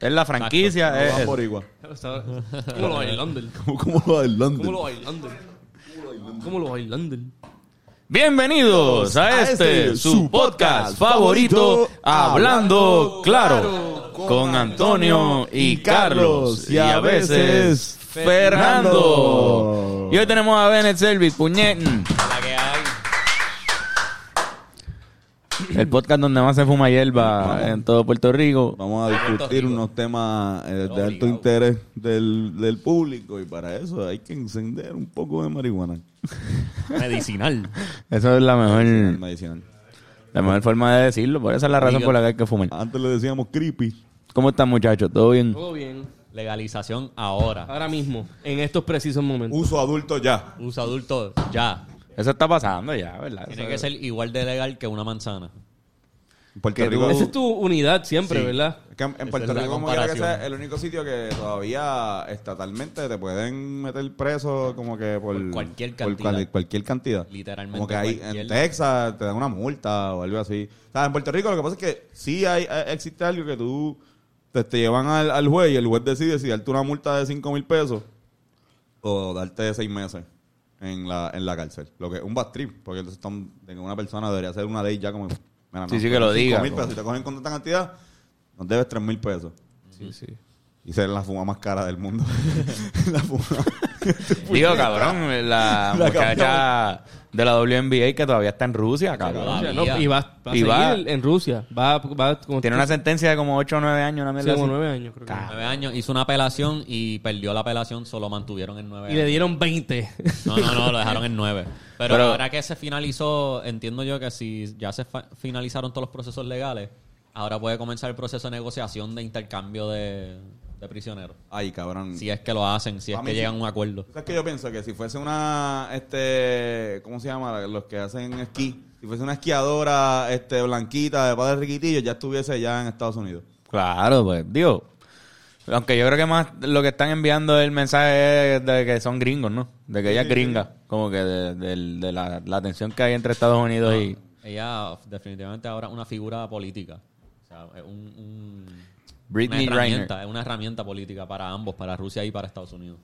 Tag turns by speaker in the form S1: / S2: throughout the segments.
S1: Es la franquicia. es-
S2: Van
S1: es-
S2: boricua.
S3: Como los Islanders.
S2: ¿Cómo, cómo lo del London?
S3: Como los Islanders. Como los Islanders.
S1: Bienvenidos a este, su podcast favorito, Hablando Claro, con Antonio y Carlos, y a veces Fernando. Y hoy tenemos a Bennett Service, puñetin. El podcast donde más se fuma hierba en todo Puerto Rico.
S2: Vamos a discutir unos temas eh, de alto
S4: Obligado.
S2: interés del, del público y para eso hay que encender un poco de marihuana
S4: Medicinal.
S1: Esa es la mejor,
S2: medicinal.
S1: la mejor forma de decirlo, por esa es la razón por la que hay que fumar.
S2: Antes le decíamos creepy.
S1: ¿Cómo están muchachos? ¿Todo bien?
S3: Todo bien.
S4: Legalización ahora.
S3: Ahora mismo. En estos precisos momentos.
S2: Uso adulto ya.
S4: Uso adulto ya.
S1: Eso está pasando ya, ¿verdad?
S4: Tiene
S1: Eso-
S4: que ser igual de legal que una manzana.
S2: En Puerto
S1: Que
S2: Rico,
S3: Esa es tu unidad siempre, ¿verdad?
S2: es que en- en
S4: Esa
S2: Puerto
S4: es la
S2: Rico, como quiera que
S4: comparación.
S2: sea, el único sitio que todavía estatalmente te pueden meter preso como que por,
S4: Por cualquier
S2: por
S4: cantidad.
S2: cual- cualquier cantidad.
S4: Literalmente
S2: Como que ahí en
S4: cualquier-
S2: Texas te dan una multa o algo así. O sea, en Puerto Rico lo que pasa es que sí hay, eh, existe algo que tú te, te llevan al, al juez y el juez decide si darte una multa de 5 mil pesos o darte seis meses en la, en la cárcel. Lo que es un bad trip, porque entonces están- una persona debería hacer una ley ya como... mira,
S1: Sí, sí, que lo diga,
S2: mil
S1: como-
S2: pesos. Si te cogen con tanta cantidad, nos debes 3 mil pesos.
S3: Sí, sí.
S2: Y esa es la fuma más cara del mundo. la fuma.
S1: Digo, cabrón, la, muchacha de la WNBA que todavía está en Rusia, cabrón.
S4: Todavía.
S3: y va, va a
S1: Y va-
S3: seguir en Rusia. Va, va como
S1: Tiene una sentencia de como 8 o 9 años, una
S3: sí,
S1: mierda
S3: como
S1: así.
S3: nueve años, creo que.
S1: Ca-
S4: Nueve años, hizo una apelación y perdió la apelación, solo mantuvieron en nueve
S3: Y le
S4: años.
S3: dieron 20.
S4: No, no, no, lo dejaron en nueve. Pero,
S1: Pero-
S4: ahora que se finalizó, entiendo yo que si ya se fa- finalizaron todos los procesos legales, ahora puede comenzar el proceso de negociación de intercambio de, de prisioneros.
S2: Ay, cabrón.
S4: Si es que lo hacen, si es
S2: A mí
S4: que
S2: sí.
S4: llegan a un acuerdo.
S2: ¿Sabes qué yo pienso? Que si fuese una, este, ¿cómo se llama? La- Los que hacen esquí. Si fuese una esquiadora, este, blanquita, de padre riquitillo, ya estuviese ya en Estados Unidos.
S1: Claro, pues, digo. Aunque yo creo que más lo que están enviando el mensaje es de que son gringos, ¿no? De que ella es gringa. Como que de, del- de la, la tensión que hay entre Estados Unidos y.
S3: Ah.
S4: Ella definitivamente ahora es una figura política. O sea, es un- un-
S1: Britney
S4: una
S1: Reiner.
S4: herramienta, es una herramienta política para ambos, para Rusia y para Estados Unidos.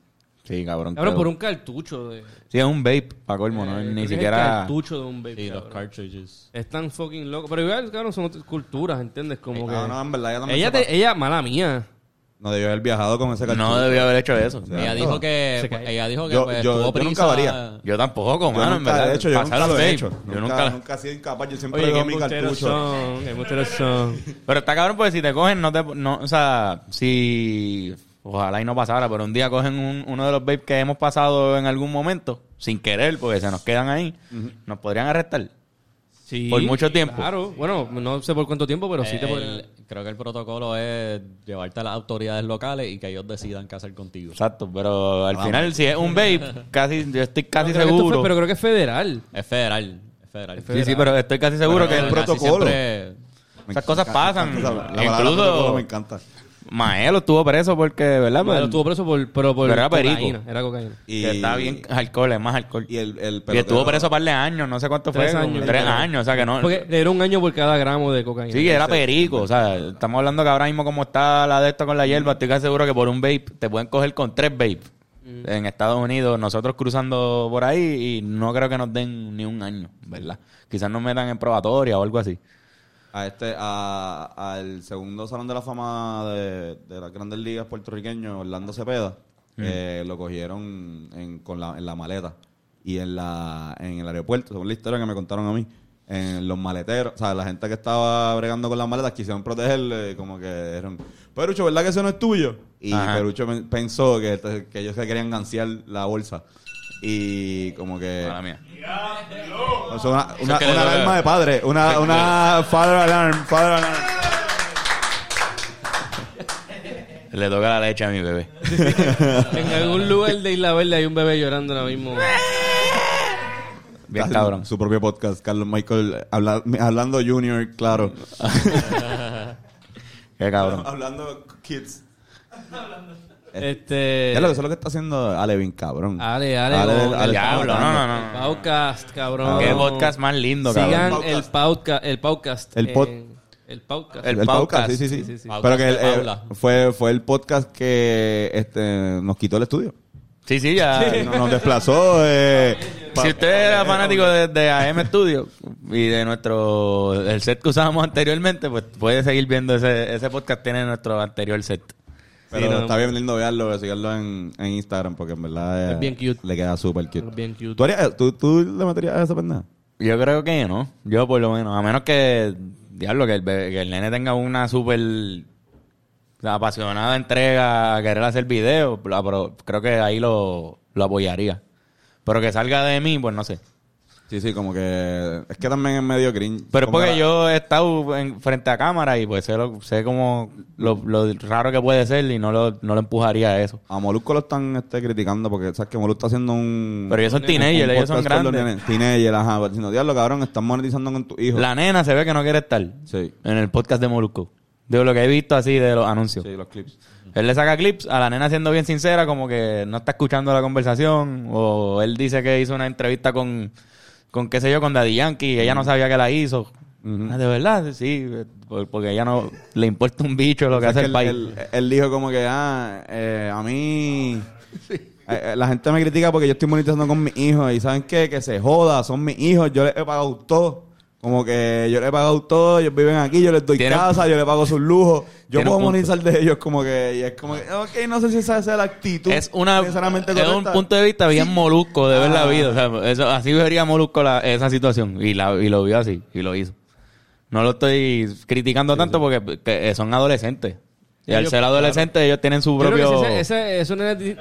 S1: Sí, cabrón.
S3: Cabrón,
S1: creo.
S3: por un cartucho de.
S1: Sí, es un vape, para colmo, ¿no?
S3: eh, creo que
S1: Ni
S3: es
S1: siquiera.
S3: cartucho de un baby.
S4: Y los
S3: cabrón.
S4: cartridges.
S3: Están fucking locos. Pero igual, cabrón, son otras culturas, ¿entiendes? Como que.
S2: No, no, en verdad, ella también
S3: ella,
S2: se
S3: te- ella, mala mía.
S2: pa- no debió haber viajado con ese cartucho.
S1: No debió haber hecho eso.
S4: Ella dijo que pues, ella dijo que
S2: Yo-
S4: pues,
S2: yo-
S4: tuvo
S2: yo nunca
S4: prisa.
S3: Ah.
S2: varía.
S1: Yo tampoco,
S2: Yo
S1: mano, en
S2: nunca,
S1: verdad.
S2: de hecho, yo nunca
S1: Pasaron
S2: lo he
S1: vape.
S2: hecho.
S1: Yo
S2: nunca,
S1: nunca,
S2: nunca he sido incapaz. Yo siempre
S3: Oye,
S2: veo
S3: qué
S2: mi
S3: embusteros
S2: cartucho.
S3: son. Qué embusteros son.
S1: Pero está cabrón porque si te cogen, no te... No, o sea, si... Ojalá y no pasara, pero un día cogen un- uno de los vapes que hemos pasado en algún momento, sin querer, porque se nos quedan ahí, nos podrían arrestar.
S3: Sí,
S1: Por mucho tiempo.
S3: Claro. Bueno, no sé por cuánto tiempo, pero sí te
S4: eh, El-
S3: pueden...
S4: creo que el protocolo es llevarte a las autoridades locales y que ellos decidan qué hacer contigo.
S1: Exacto, pero al final, si es un vape, casi, yo estoy casi
S3: Pero creo que esto
S1: seguro. Ah,
S3: fue- pero creo que es federal.
S4: Es federal, es federal.
S1: Sí, sí, pero estoy casi seguro
S4: Pero
S1: que
S2: el
S4: casi
S2: protocolo.
S4: siempre-
S2: Me
S1: Esas cosas
S2: encanta,
S1: pasan.
S2: me encanta. La
S1: Incluso-
S2: palabra protocolo me encanta.
S1: Maelo estuvo preso porque, ¿verdad?
S3: Bueno, estuvo preso por, pero por
S1: Pero era perico.
S3: cocaína. Era cocaína.
S2: Y,
S1: Que está bien alcohol, es más alcohol.
S2: Y el, el
S1: Y estuvo
S2: pelotero-
S1: preso un par de años, no sé cuánto
S3: Tres
S1: fue. como
S3: años.
S1: Tres años, o sea que no.
S3: Porque era un año por cada gramo de cocaína.
S1: Sí, era perico. O sea, estamos hablando que ahora mismo como está la de esto con la hierba, estoy casi seguro que por un vape te pueden coger con tres vape. En Estados Unidos, nosotros cruzando por ahí y no creo que nos den ni un año, ¿verdad? Quizás nos metan en probatoria o algo así.
S2: a este a- al segundo salón de la fama de, de las grandes ligas puertorriqueños Orlando Cepeda eh, lo cogieron en, con la, en la maleta y en la en el aeropuerto según la historia que me contaron a mí en los maleteros, o sea, la gente que estaba bregando con las maletas quisieron protegerle, como que dijeron, Perucho, ¿verdad que eso no es tuyo? Y
S1: Ajá.
S2: Perucho men- pensó que, este, que ellos se querían ganciar la bolsa. Y como que...
S1: Mala mía.
S2: O sea, una, una-
S4: es que le
S2: una
S4: duele.
S2: alarma de padre. Una, una father alarm. Father alarm.
S1: Le toca la leche a mi bebé.
S3: En algún lugar de Isla Verde hay un bebé llorando ahora mismo.
S1: Bien
S2: Hace
S1: cabrón.
S2: Su propio podcast, Carlos Michael. eh, habla- hablando Junior, claro.
S1: Qué cabrón.
S2: hablando Kids.
S3: Este...
S2: Ya lo que eso es lo que está haciendo Alevin, cabrón.
S3: Ale, Ale.
S2: Ale- Ale-
S1: Diablo, no, no, no. no.
S3: Podcast, cabrón.
S1: Qué podcast más lindo,
S3: Sigan
S1: cabrón.
S2: cabrón.
S3: el podcast. El podcast.
S2: El pod-
S3: en- El podcast.
S1: El podcast,
S2: sí, sí, sí.
S3: sí, sí.
S2: Pero
S4: Podcast
S2: que el-
S4: de
S2: eh,
S4: Paula.
S2: fue, fue el podcast que este, nos quitó el estudio.
S1: Sí, Ah, sí, ya.
S2: Nos, nos desplazó. eh, pa-
S1: Si usted era fanático de, de AM Studio y de nuestro el set que usábamos anteriormente, pues puede seguir viendo ese, ese podcast. Tiene nuestro anterior set.
S2: pero
S3: Sí, no.
S2: está bien lindo verlo, seguirlo en, en Instagram, porque en verdad eh,
S3: Es bien cute.
S2: le queda súper
S3: Es
S2: cute.
S3: bien cute.
S2: ¿Tú, harías- tú, tú le meterías a esa pendeja?
S1: Yo creo que no. Yo por lo menos. A menos que, diablo, que el, be- que el nene tenga una súper apasionada entrega a querer hacer video, la- pero creo que ahí lo, lo apoyaría. Pero que salga de mí, pues no sé.
S2: Sí, sí, como que. Es que también es medio cringe.
S1: Pero es
S2: Como
S1: porque
S2: la-
S1: yo he estado en- frente a cámara y pues sé, lo, sé como lo, lo raro que puede ser y no lo, no lo empujaría a eso.
S2: A Molusco lo están este, criticando porque sabes que Molusco está haciendo un.
S1: Pero ellos son teenagers, ellos son grandes.
S2: Teenager, ajá. pero Diciendo, diablo, cabrón, están monetizando con tu hijo.
S1: La nena se ve que no quiere estar
S2: Sí,
S1: en el podcast de Molusco. De lo que he visto así de los anuncios.
S2: sí, los clips.
S1: Él le saca clips a la nena siendo bien sincera, como que no está escuchando la conversación. O él dice que hizo una entrevista con, con qué sé yo, con Daddy Yankee. Y ella no sabía que la hizo.
S2: Ujú.
S1: Ah, De verdad, sí. eh, por- Porque ella no le importa un bicho lo que
S2: O sea,
S1: hace
S2: es
S1: el
S2: que
S1: país.
S2: él, él- él dijo como que, ah, eh, a mí... eh, eh, la gente me critica porque yo estoy monetizando con mis hijos. ¿Y saben qué? Que se joda, son mis hijos. Yo les he pagado todo. Como que yo les he pagado todo, ellos viven aquí, yo les doy
S1: Tiene-
S2: casa, yo les pago sus lujos. Yo
S1: Tiene
S2: puedo
S1: un punto.
S2: monetizar de ellos como que... Y es como que, ok, no sé si esa es la actitud.
S1: es una
S2: sinceramente
S1: es un
S2: correcta.
S1: punto de vista bien molusco de ver
S2: Ah.
S1: la vida o sea, eso- así vería molusco la- esa situación y la y lo vio así y lo hizo no lo estoy criticando tanto porque que eh, son adolescentes y
S3: Sí,
S1: al
S3: yo-
S1: ser adolescentes ellos tienen su
S3: Yo creo que
S1: propio
S3: ese- ese- esos, nenes, di-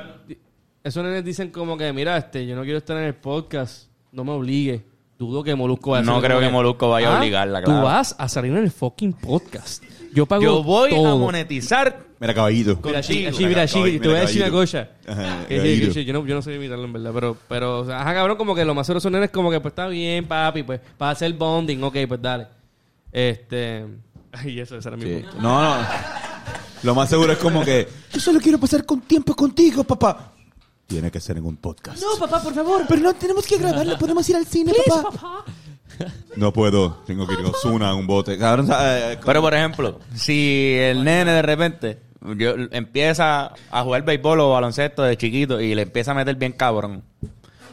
S3: esos nenes dicen como que, mira, este, yo no quiero estar en el podcast, no me obligue. Dudo que Molusco vaya a
S1: No
S3: hacer
S1: creo
S3: como
S1: que Molusco vaya a obligarla, claro.
S3: Ah, Tú vas a salir en el fucking podcast. Yo pago
S1: yo voy a
S3: todo.
S1: monetizar
S2: Mira, caballito.
S3: Mira, sí,
S1: Contigo.
S3: sí, mira, sí,
S2: Mira,
S3: te voy a decir una
S2: caballito.
S3: cosa.
S2: Ajá,
S3: Que sí,
S2: caballito.
S3: que sí, yo, no, yo no sé imitarlo en verdad, pero, pero o sea, ajá, cabrón, como que lo más seguro son nenes como que, pues está bien, papi, pues, para hacer bonding, ok, pues dale. Este. Ay, eso, esa era mi
S2: Sí.
S3: punto.
S2: No, no. Lo más seguro es como que yo solo quiero pasar con tiempo contigo, papá. Tiene que ser en un podcast. No, papá, por favor. Pero no tenemos que grabarlo, podemos ir al cine, papá. No puedo, tengo que ir con Zuna en un bote. Cabrón, eh, ¿sabes?
S1: Pero por ejemplo, si el nene de repente yo- empieza a jugar béisbol o baloncesto de chiquito y le empieza a meter bien cabrón.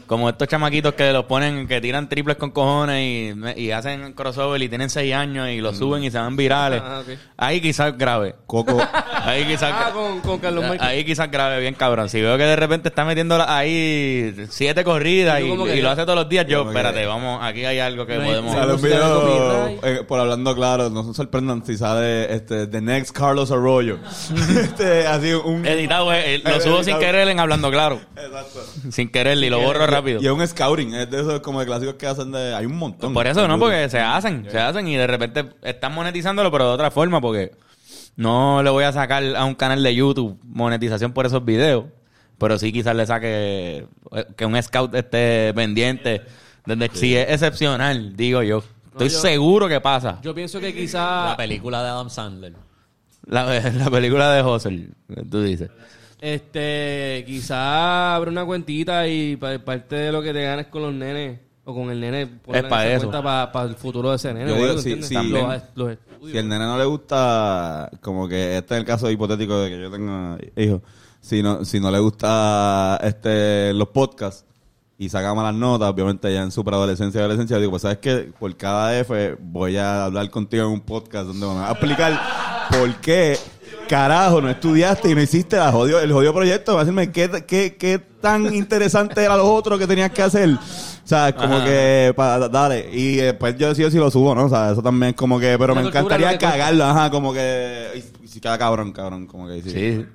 S1: Como estos chamaquitos que los ponen, que tiran triples con cojones y, y hacen crossover y tienen 6 años y los suben y se van virales.
S3: Ajá, Mm. Ah, ok.
S1: Ahí quizás grave.
S2: Coco,
S1: Ahí quizás
S3: Ah, con, con Carlos
S1: Ah,
S3: Michael.
S1: Ahí quizás grave, bien cabrón. Si veo que de repente está metiendo la- ahí siete corridas y,
S3: Y tú como que
S1: y
S3: ya-
S1: lo hace todos los días, yo,
S2: Como que-
S1: espérate, vamos, aquí hay algo que
S3: No hay-
S1: podemos...
S2: sale un
S3: música de
S2: video
S3: copyright.
S2: eh, por hablando claro, no se sorprendan si sale este, The Next Carlos Arroyo. este, así un...
S1: Editado, eh, eh, lo
S2: Eh,
S1: subo sin
S2: editado.
S1: querer en Hablando Claro.
S2: Exacto.
S1: Sin querer y lo borro rápido.
S2: Y es un scouting, es de esos como de clásicos que hacen de... Hay un montón.
S1: Por eso no, porque se hacen, se hacen y de repente están monetizándolo, pero de otra forma, porque no le voy a sacar a un canal de YouTube monetización por esos videos, pero sí quizás le saque eh, que un scout esté pendiente. Desde, Si es excepcional, digo yo. Estoy
S3: yo-
S1: seguro que pasa.
S3: Yo pienso que
S4: La
S3: quizá
S4: película de Adam Sandler.
S1: La, la película de Hustle, tú dices.
S3: este quizá abre una cuentita y pa- parte de lo que te ganes con los nenes o con el nene poner
S1: pa'
S3: esa
S1: eso.
S3: cuenta para el futuro de ese nene.
S2: Yo
S3: güey,
S2: digo, sí,
S3: ¿entiendes?
S2: sí.
S3: Los- los
S2: Si
S3: estudios.
S2: al nene no le gusta, como que este es el caso hipotético de que yo tenga hijos, si no, si no le gusta este los podcasts y saca malas notas, obviamente ya en su adolescencia adolescencia, digo, pues sabes que por cada F voy a hablar contigo en un podcast donde me vas a explicar por qué carajo no estudiaste y no hiciste la jodió- el jodido proyecto, va a decirme qué, qué, qué tan interesante era lo otro que tenías que hacer. O sea, como
S1: Ajá.
S2: que, pa- dale, y después yo decido si lo subo, ¿no? O sea, eso también es como que, pero
S3: La
S2: me
S3: tortura
S2: encantaría
S3: no te cuesta.
S2: cagarlo, ajá, como que. Y si queda cabrón, cabrón, como que sí.
S1: Sí.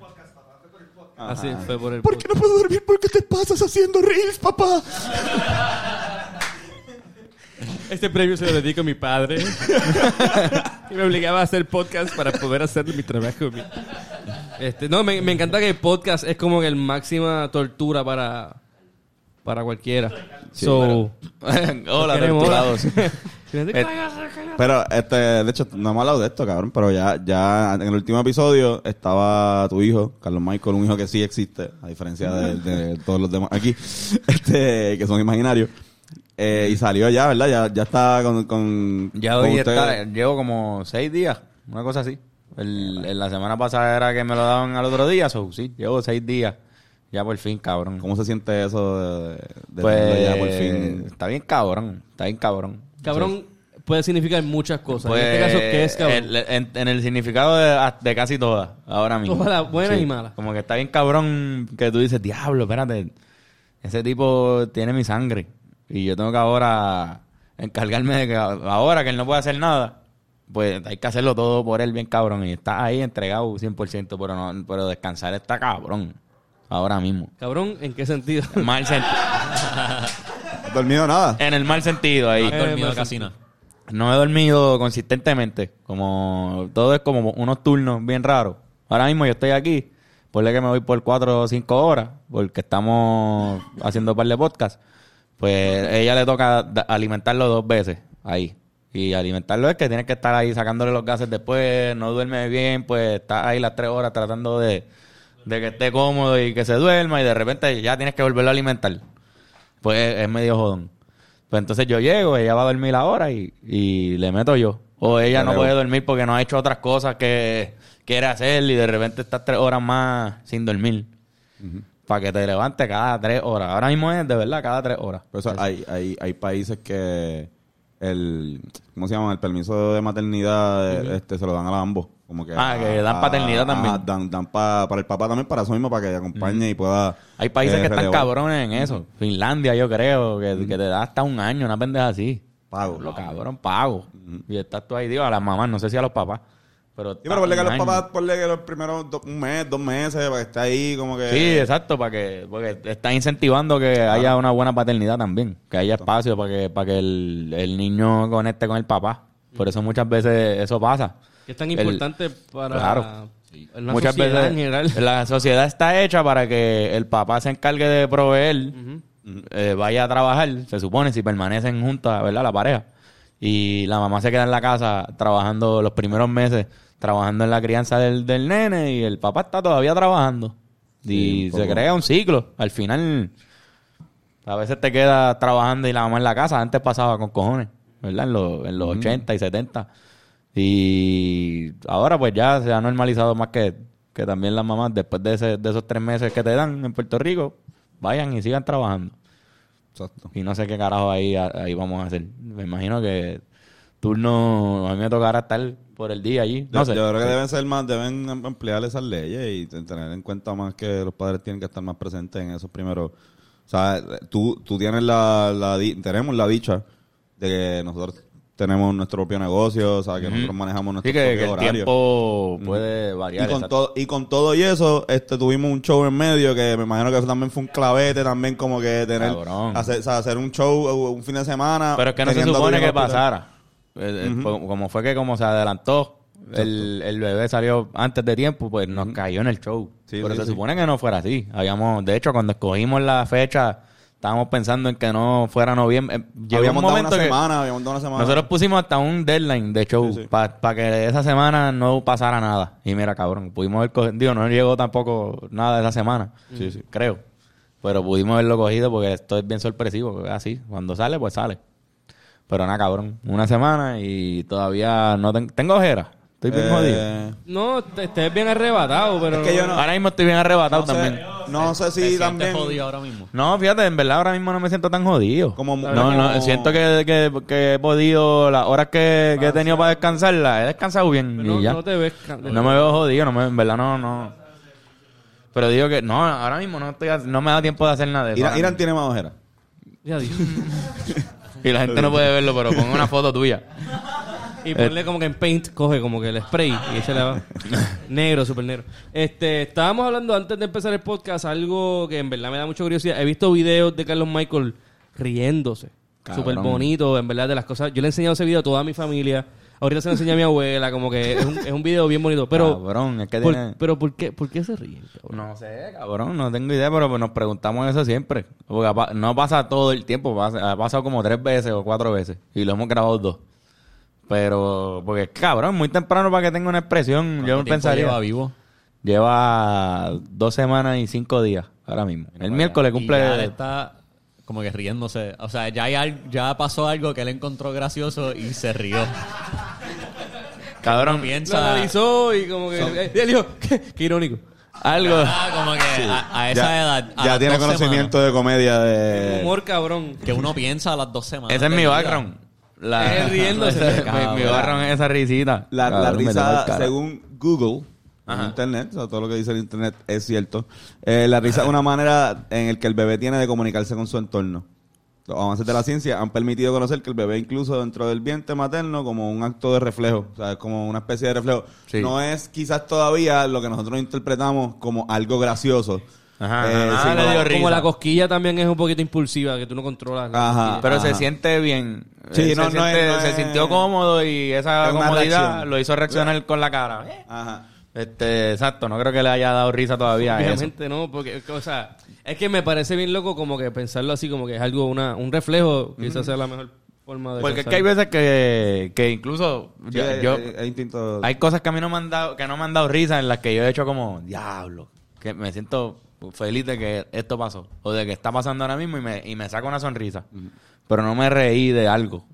S2: Ajá.
S3: Así fue por el
S5: ¿Por qué no puedo dormir? ¿Por qué te pasas haciendo reels, papá?
S3: Este premio se lo dedico a mi padre. y me obligaba a hacer podcast para poder hacer mi trabajo. mi- Este, no, me, me encanta que el podcast es como que el máxima tortura para, para cualquiera. so,
S1: Hola,
S3: queremos-
S1: torturados.
S3: Fíjate
S1: Eh,
S2: Pero, este, de hecho, no hemos hablado de esto, cabrón, pero ya, ya en el último episodio estaba tu hijo, Carlos Michael, un hijo que sí existe, a diferencia de, de todos los demás aquí, este, que son imaginarios. Eh, y salió ya, ¿verdad? Ya, ya está con, con-
S1: Ya
S2: con
S1: hoy
S2: ustedes.
S1: está, llevo como seis días, una cosa así. El, el- la semana pasada era que me lo daban al otro día, so, sí, llevo seis días. Ya por fin, cabrón.
S2: ¿Cómo se siente eso de, de
S1: pues,
S2: tenerlo ya por fin?
S1: Está bien cabrón, está bien cabrón.
S3: Cabrón puede significar muchas
S1: Sí.
S3: cosas.
S1: Pues,
S3: en este caso, ¿qué es, cabrón?
S1: el- en, en el significado de, ah, de casi todas, ahora mismo.
S3: Todas las buenas y malas.
S1: Como que está bien cabrón que tú dices, diablo, espérate, ese tipo tiene mi sangre. Y yo tengo que ahora encargarme de que ahora que él no puede hacer nada, pues hay que hacerlo todo por él bien cabrón. Y está ahí entregado 100%, pero, no, pero descansar está cabrón. Ahora mismo.
S3: Cabrón, ¿en qué sentido?
S1: En mal sen-
S2: ¿No has dormido nada?
S1: en el mal sentido ahí.
S4: No has dormido
S3: más
S4: casi nada.
S1: No he dormido consistentemente. Como todo es como unos turnos bien raros. Ahora mismo yo estoy aquí. Ponle que me voy por cuatro o cinco horas. Porque estamos haciendo un par de podcast. Pues ella le toca da- alimentarlo dos veces ahí. Y alimentarlo es que tienes que estar ahí sacándole los gases después. No duerme bien. Pues está ahí las tres horas tratando de, de que esté cómodo y que se duerma. Y de repente ya tienes que volverlo a alimentar pues es- es medio jodón. Pues entonces yo llego, ella va a dormir ahora y, y le meto yo. O ella
S2: Ya
S1: no
S2: le
S1: puede
S2: voy.
S1: dormir porque no ha hecho otras cosas que quiere hacer y de repente estás tres horas más sin dormir. Para que te levantes cada tres horas. Ahora mismo es de verdad cada tres horas.
S2: Por eso hay, hay, hay países que el ¿cómo se llama? El permiso de maternidad eh, este se lo dan a ambos, como que
S1: Ah, que dan paternidad también.
S2: dan, dan pa- para el papá también para eso mismo para que acompañe y pueda
S1: Hay países
S2: eh,
S1: que están
S2: relevar.
S1: cabrones en eso. Finlandia, yo creo, que, que te da hasta un año, una pendeja así.
S2: Pago.
S1: Lo cabrón, pago. Y estás tú ahí, digo, a las mamás, no sé si a los papás. Pero
S2: Sí, pero ponle que
S1: un
S2: los
S1: año.
S2: papás, ponle que los primeros do- un mes, dos meses, para que esté ahí como que...
S1: Sí, exacto, para que, porque está incentivando que haya una buena paternidad también, que haya espacio para que, para que el, el niño conecte con el papá. Por eso muchas veces eso pasa.
S3: ¿Qué es tan
S1: El-
S3: importante para
S1: claro.
S3: la
S1: muchas
S3: sociedad
S1: veces
S3: en general?
S1: la sociedad está hecha para que el papá se encargue de proveer, eh, vaya a trabajar, se supone, si permanecen juntas, ¿verdad? La pareja. Y la mamá se queda en la casa trabajando los primeros meses, trabajando en la crianza del, del nene y el papá está todavía trabajando.
S2: Sí,
S1: Y
S2: un
S1: se
S2: poco.
S1: crea un ciclo. Al final, a veces te quedas trabajando y la mamá en la casa. Antes pasaba con cojones, ¿verdad? En los, en los 80 y 70. Y ahora pues ya se ha normalizado más que, que también las mamás, después de, ese- de esos tres meses que te dan en Puerto Rico, vayan y sigan trabajando.
S2: Exacto.
S1: Y no sé qué carajo ahí, ahí vamos a hacer. Me imagino que turno, a mí me tocará estar por el día allí. No
S2: yo,
S1: sé.
S2: yo creo que deben ser más, deben em- emplear esas leyes y t- tener en cuenta más que los padres tienen que estar más presentes en esos primeros. O sea, tú, tú tienes la, la di- tenemos la dicha de que nosotros tenemos nuestro propio negocio, o sea, que nosotros manejamos
S1: Sí,
S2: nuestro
S1: que, que
S2: propio
S1: el
S2: horario.
S1: tiempo puede
S2: y
S1: variar.
S2: con,
S1: exacto.
S2: todo, y con todo y eso, este tuvimos un show en medio que me imagino que eso también fue un clavete, también como que tener
S1: Cabrón.
S2: hacer, o sea, hacer un show eh, un fin de semana.
S1: Pero es que no se
S2: teniendo a tu
S1: supone
S2: hijo
S1: que
S2: en el hospital.
S1: pasara. Eh, eh, po- Como fue que como se adelantó, el, el bebé salió antes de tiempo, pues nos cayó en el show.
S2: Sí,
S1: Pero
S2: sí,
S1: se
S2: sí.
S1: supone que no fuera así. Habíamos, de hecho, cuando escogimos la fecha, estábamos pensando en que no fuera noviembre. Eh, Llegó
S2: Habíamos
S1: un
S2: dado una
S1: momento que
S2: semana, habíamos dado una semana.
S1: nosotros pusimos hasta un deadline de show
S2: Sí, sí.
S1: para que esa semana no pasara nada. Y mira, cabrón, pudimos haber cogido, digo, no llegó tampoco nada esa semana,
S2: Sí, sí.
S1: creo. Pero pudimos haberlo cogido porque esto es bien sorpresivo, es así, cuando sale, pues sale. Pero nada, cabrón, una semana y todavía no ten- tengo ojeras. Estoy bien
S2: Eh,
S1: jodido.
S3: No, te- estés bien arrebatado, pero...
S2: Es que yo no-
S1: Ahora mismo estoy bien arrebatado
S2: no sé,
S1: también.
S2: No sé
S4: Te
S2: si
S4: sientes
S2: también.
S4: jodido ahora mismo.
S1: No, fíjate, en verdad ahora mismo no me siento tan jodido.
S2: Como-
S1: no,
S2: como-
S1: no, siento que, que, que he podido, las horas que, que he tenido para descansarlas, he descansado bien
S3: pero
S1: y
S3: no,
S1: ya.
S3: no te ves... ca-
S1: No me veo jodido, no me, en verdad no, no. Pero digo que no, ahora mismo no, estoy, no me da tiempo de hacer nada de eso.
S2: Irán, Irán tiene más ojeras.
S3: Ya, Dios.
S1: Y la gente no puede verlo, pero pongo una foto tuya.
S3: Y ponle como que en paint, coge como que el spray y se la va. negro, súper negro. Este, estábamos hablando antes de empezar el podcast, algo que en verdad me da mucha curiosidad. He visto videos de Carlos Michael riéndose.
S1: Cabrón.
S3: Súper bonito, en verdad, de las cosas. Yo le he enseñado ese video a toda mi familia. Ahorita se lo enseñé a mi abuela, como que es un, es un video bien bonito. Pero,
S1: Cabrón, es que
S3: por-
S1: tiene-
S3: pero ¿por qué, por qué se ríen, cabrón?
S1: No sé, cabrón, no tengo idea, pero pues nos preguntamos eso siempre. Porque apa- no pasa todo el tiempo, pasa- ha pasado como tres veces o cuatro veces. Y lo hemos grabado dos. Pero, porque cabrón, muy temprano para que tenga una expresión, yo
S4: ¿Cuánto tiempo
S1: pensaría.
S4: lleva
S1: Lleva,
S4: vivo?
S1: dos semanas y cinco días ahora mismo. El
S4: Vaya,
S1: miércoles
S4: y ya le
S1: cumple
S4: está como que riéndose. O sea, ya, hay al- ya pasó algo que él encontró gracioso y se rió.
S1: Cabrón,
S3: Lo
S4: Piensa
S3: analizó y como que. eh, él dijo, qué, qué irónico.
S1: algo.
S4: Ah, como que a, a esa
S2: ya,
S4: edad. a
S2: ya
S4: las
S2: tiene
S4: dos
S2: conocimiento de comedia
S1: Eh,
S2: de.
S3: Humor cabrón.
S4: semanas, que uno piensa a las dos semanas.
S1: Ese es
S4: de
S1: mi
S4: vida.
S1: background. La-
S3: Él riéndose.
S1: mi, mi background es esa risita.
S2: La, la
S1: Cabrón, me toca el
S2: risa,
S1: cara.
S2: según Google, en Internet, o sea, todo lo que dice el Internet es cierto. eh, la risa es una manera en el que el bebé tiene de comunicarse con su entorno. Los avances de la ciencia han permitido conocer que el bebé, incluso dentro del vientre materno, como un acto de reflejo, o sea, es como una especie de reflejo.
S1: Sí.
S2: No es quizás todavía lo que nosotros interpretamos como algo gracioso.
S1: Ajá,
S2: Eh,
S1: ajá,
S2: sino-
S1: le dio risa.
S3: Como la cosquilla también es un poquito impulsiva, que tú no controlas. la
S2: Ajá.
S3: cosquilla.
S1: Pero se
S2: Ajá.
S1: siente bien.
S2: Sí,
S1: Eh,
S2: no,
S1: se,
S2: no
S1: siente-
S2: es- no
S1: se
S2: es-
S1: sintió cómodo y esa
S2: Es una
S1: comodidad
S2: reacción.
S1: lo hizo reaccionar con la cara.
S2: Ajá.
S1: Este, exacto, no creo que le haya dado risa todavía. a Eso.
S3: Obviamente no, porque, o sea, es que me parece bien loco como que pensarlo así, como que es algo, una, un reflejo, quizás sea la mejor forma de
S1: Porque es que hay
S3: pensarlo.
S1: veces que, que incluso
S2: Sí, eh,
S1: yo-
S2: hay-
S1: yo-
S2: hay- hay instinto-
S1: hay cosas que a mí no me han dado, que no me han dado risa en las que yo he hecho como, diablo, que me siento feliz de que esto pasó o de que está pasando ahora mismo y me, y me saca una sonrisa. Pero no me reí de algo.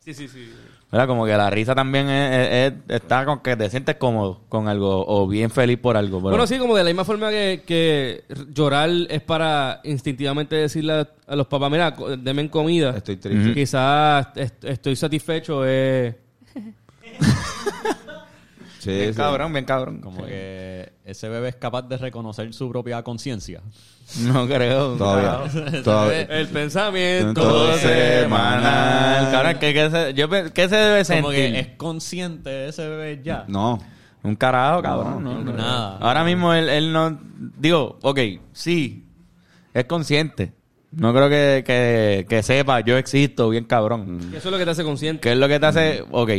S3: Sí, sí, sí.
S1: ¿Verdad? Como que la risa también es- es- es- está con que te sientes cómodo con algo o bien feliz por algo. pero-
S3: Bueno, sí, como de la misma forma que, que llorar es para instintivamente decirle a, a los papás, mira, co- denme comida.
S2: Estoy triste.
S3: Quizás est- estoy satisfecho. eh.
S2: Sí,
S1: Bien
S2: sí.
S1: Mm, cabrón, bien cabrón.
S4: Como que ese bebé es capaz de reconocer su propia conciencia.
S1: No creo.
S2: Todavía. todavía.
S3: El pensamiento.
S2: Todo
S3: eh,
S2: semanal.
S1: Cabrón, ¿qué, qué se, yo pe- ¿qué se debe
S4: Como
S1: sentir?
S4: que es consciente ese bebé ya.
S2: No.
S1: Un carajo, cabrón. no, no.
S4: nada.
S1: Ahora mismo él, él no... Digo, ok, sí. Es consciente. No creo que, que, que sepa, yo existo, bien cabrón.
S2: Mm.
S3: que Eso es lo que te hace consciente.
S1: ¿Qué es lo que te hace? Ok.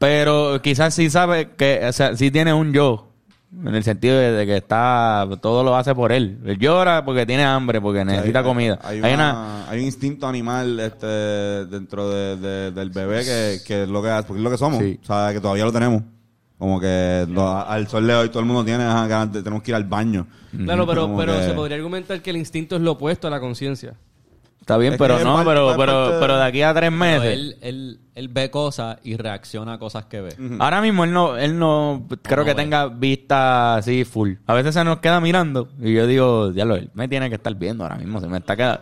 S1: Pero quizás sí sabe que, o sea, sí tiene un yo. En el sentido de, de que está, todo lo hace por él. Él llora porque tiene hambre, porque necesita
S2: Hay- hay-
S1: comida.
S2: Hay,
S1: Hay
S2: una-
S1: una-
S2: hay un instinto animal este, dentro de- de- del bebé que, que es lo que porque es lo que somos.
S1: Sí.
S2: O sea, que todavía lo tenemos. Como que lo- al sol de hoy todo el mundo tiene ajá, ganas de- tenemos que ir al baño.
S1: Mm.
S3: Claro, pero,
S2: Como
S3: pero
S2: que-
S3: se podría argumentar que el instinto es lo opuesto a la conciencia.
S1: Está bien,
S2: Es
S1: pero
S2: que
S1: no,
S2: es parte-
S1: pero,
S2: parte-
S1: pero, pero de aquí a tres
S4: Pero
S1: meses.
S4: él, él, él ve cosas y reacciona a cosas que ve.
S2: Mm.
S1: Ahora mismo él no, él no creo que
S4: ve.
S1: tenga vista así full. A veces se nos queda mirando y yo digo, diablo, él me tiene que estar viendo ahora mismo, se me está quedando.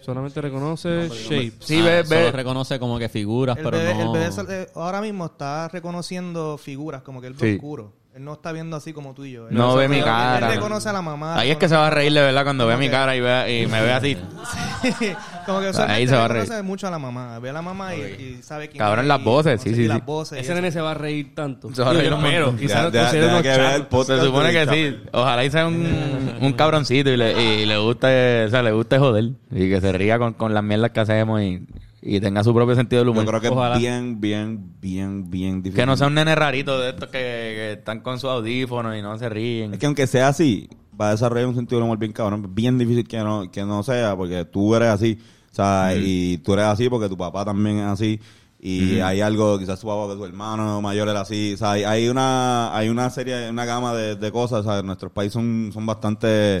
S3: Solamente reconoce shapes.
S1: Sí,
S4: Ah,
S1: ve,
S4: solo
S1: ve.
S4: reconoce como que
S1: Ah,
S4: figuras,
S6: El
S4: pero
S6: bebé,
S4: no...
S6: el bebé sal- eh, ahora mismo está reconociendo figuras, como que él ve
S1: Sí.
S6: oscuro. Él no está viendo así como tú y yo. Él-
S1: No
S6: él-
S1: ve mi
S6: él-
S1: cara.
S6: Él reconoce a la mamá.
S1: Ahí es que se va a reír de verdad cuando ve mi
S6: Ok.
S1: cara y, ve, y me ve así.
S6: reconoce- como que
S1: Ahí
S6: usualmente
S1: se va a
S6: reconoce
S1: reír.
S6: mucho a la mamá. Ve a la mamá y, y sabe quién
S1: Cabrón,
S6: es
S1: las
S6: y
S1: voces, sí,
S6: conoce-
S1: sí,
S6: y
S1: sí.
S6: Las voces. y
S3: Ese
S6: eso.
S3: nene se va a reír tanto.
S1: Se va a reír
S3: Digo, yo
S1: un montón.
S3: espero. Quizás
S2: Ya-
S3: lo
S2: ya-
S3: consideren
S2: ya
S3: unos
S2: que vea
S3: charros.
S2: el podcast
S1: Se supone
S2: de
S1: que
S2: Chape.
S1: sí. Ojalá y sea un, un cabroncito y le, y le guste, o sea, le guste joder. Y que se ría con, con las mierdas que hacemos y, y tenga su propio sentido del humor.
S2: Yo creo que
S3: Ojalá.
S2: es bien, bien, bien, bien difícil.
S1: Que no sea un nene rarito de estos que, que están con su audífono y no se ríen.
S2: Es que aunque sea así, va a desarrollar un sentido del humor bien cabrón. Bien difícil que no, que no sea, porque tú eres así. O sea, y tú eres así porque tu papá también es así. Y hay algo, quizás tu papá, que tu hermano mayor era así. O sea, hay, hay una hay una serie, una gama de, de cosas. O sea, nuestros países son, son bastante...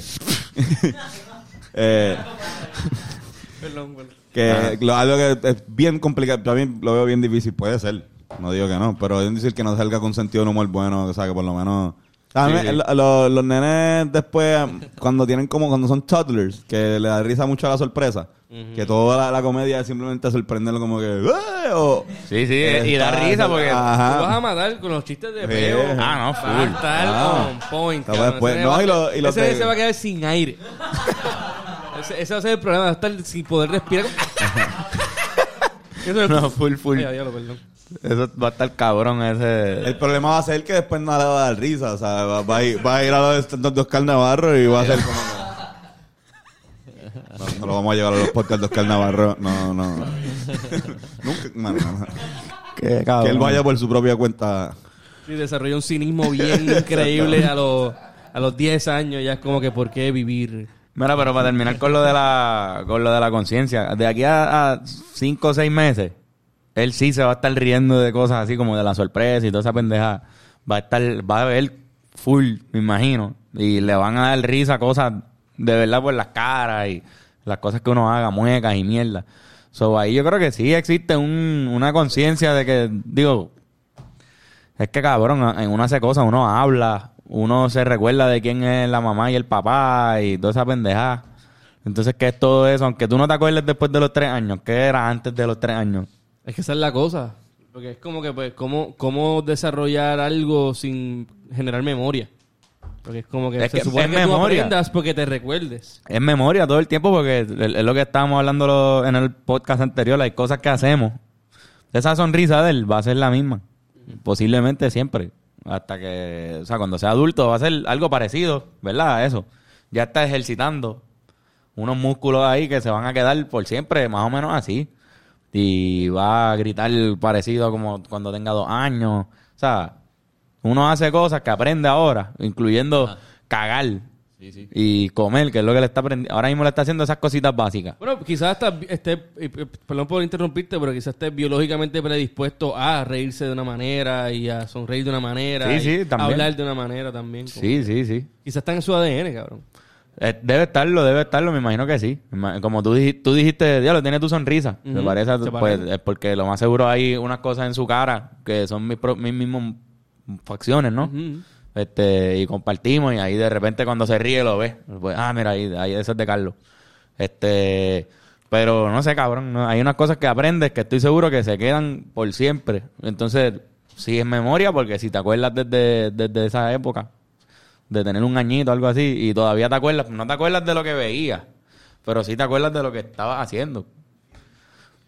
S2: eh, que lo, algo que es bien complicado, también lo veo bien difícil, puede ser, no digo que no, pero es bien difícil que no salga con sentido de humor bueno, o sea, que por lo menos... A mí, lo- lo- los nenes después, cuando tienen como, cuando son toddlers, que le da risa mucho a la sorpresa, que toda la, la comedia es simplemente sorprenderlo como que... "¡Eh!", o-
S1: Sí, sí, y da
S2: Está-
S1: risa porque-
S2: Ajá.
S3: Tú vas a matar con los chistes de
S2: Sí.
S3: peo.
S1: Ah, no,
S3: Vas a
S1: full.
S3: estar
S2: Ah.
S3: on point.
S2: No,
S3: cabrón.
S2: después-
S3: Ese
S2: no,
S3: va-
S2: y lo- y lo
S3: ese nene
S2: que-
S3: se va a quedar sin aire. ese, ese va a ser el problema. Va a estar sin poder respirar. Eso es-
S1: No, full, full.
S3: Ay, diablo, perdón.
S1: Eso va a estar cabrón ese.
S2: El problema va a ser que después no le va a dar risa, o sea, va, va a, ir, va a ir a los stand-up de Oscar Navarro y va a ser como... que- No, no lo vamos a llevar a los podcasts de Oscar Navarro, no, no. Nunca, no, no, no.
S1: Qué
S2: Que él vaya por su propia cuenta.
S3: Y desarrolló un cinismo bien increíble a los, a los 10 años. Ya es como que, ¿por qué vivir?
S1: Mira, pero para terminar con lo de la con lo de la conciencia, de aquí a, a cinco o seis meses, él sí se va a estar riendo de cosas así como de la sorpresa y toda esa pendeja. Va a estar, va a ver full, me imagino. Y le van a dar risa cosas de verdad por las caras y las cosas que uno haga, muecas y mierda. So, ahí yo creo que sí existe un- una conciencia de que, digo, es que cabrón, a- en uno hace cosas, uno habla, uno se recuerda de quién es la mamá y el papá y toda esa pendejada. Entonces, ¿qué es todo eso? Aunque tú no te acuerdes después de los tres años, ¿qué era antes de los tres años?
S3: Es que esa es la cosa. Porque es como que, pues, ¿cómo, cómo desarrollar algo sin generar memoria? Porque es como que
S1: Es
S3: se
S1: que
S3: supone
S1: es
S3: que tú
S1: memoria.
S3: aprendas porque te recuerdes.
S1: Es memoria todo el tiempo porque es es lo que estábamos hablando lo- en el podcast anterior. Hay cosas que hacemos. Esa sonrisa de él va a ser la misma. Posiblemente siempre. Hasta que, o sea, cuando sea adulto va a ser algo parecido, ¿verdad? A Eso. Ya está ejercitando unos músculos ahí que se van a quedar por siempre, más o menos así. Y va a gritar parecido como cuando tenga dos años. O sea, uno hace cosas que aprende ahora, incluyendo cagar
S4: Sí, sí.
S1: y comer, que es lo que le está aprendiendo. Ahora mismo le está haciendo esas cositas básicas.
S3: Bueno, quizás hasta bi- esté, eh, eh, perdón por interrumpirte, pero quizás estés biológicamente predispuesto a reírse de una manera y a sonreír de una manera.
S1: Sí,
S3: y
S1: sí, también.
S3: A hablar de una manera también. como-
S1: Sí, sí, sí.
S3: Quizás está en su ADN, cabrón.
S1: Eh, debe estarlo, debe estarlo, me imagino que sí. Me ima- Como tú, dijiste- tú dijiste, diablo, tiene tu sonrisa. Me
S3: Ujú,
S1: parece, a-
S3: se
S1: pues,
S3: parece.
S1: es porque lo más seguro hay unas cosas en su cara que son mis, pro- mis mismos facciones, ¿no?
S3: Ujú.
S1: este y compartimos y ahí de repente cuando se ríe lo ves Pues, ah mira ahí ahí ese es de Carlos este pero no sé cabrón no, hay unas cosas que aprendes que estoy seguro que se quedan por siempre entonces si es memoria porque si te acuerdas desde, desde esa época de tener un añito algo así y todavía te acuerdas no te acuerdas de lo que veías pero sí te acuerdas de lo que estabas haciendo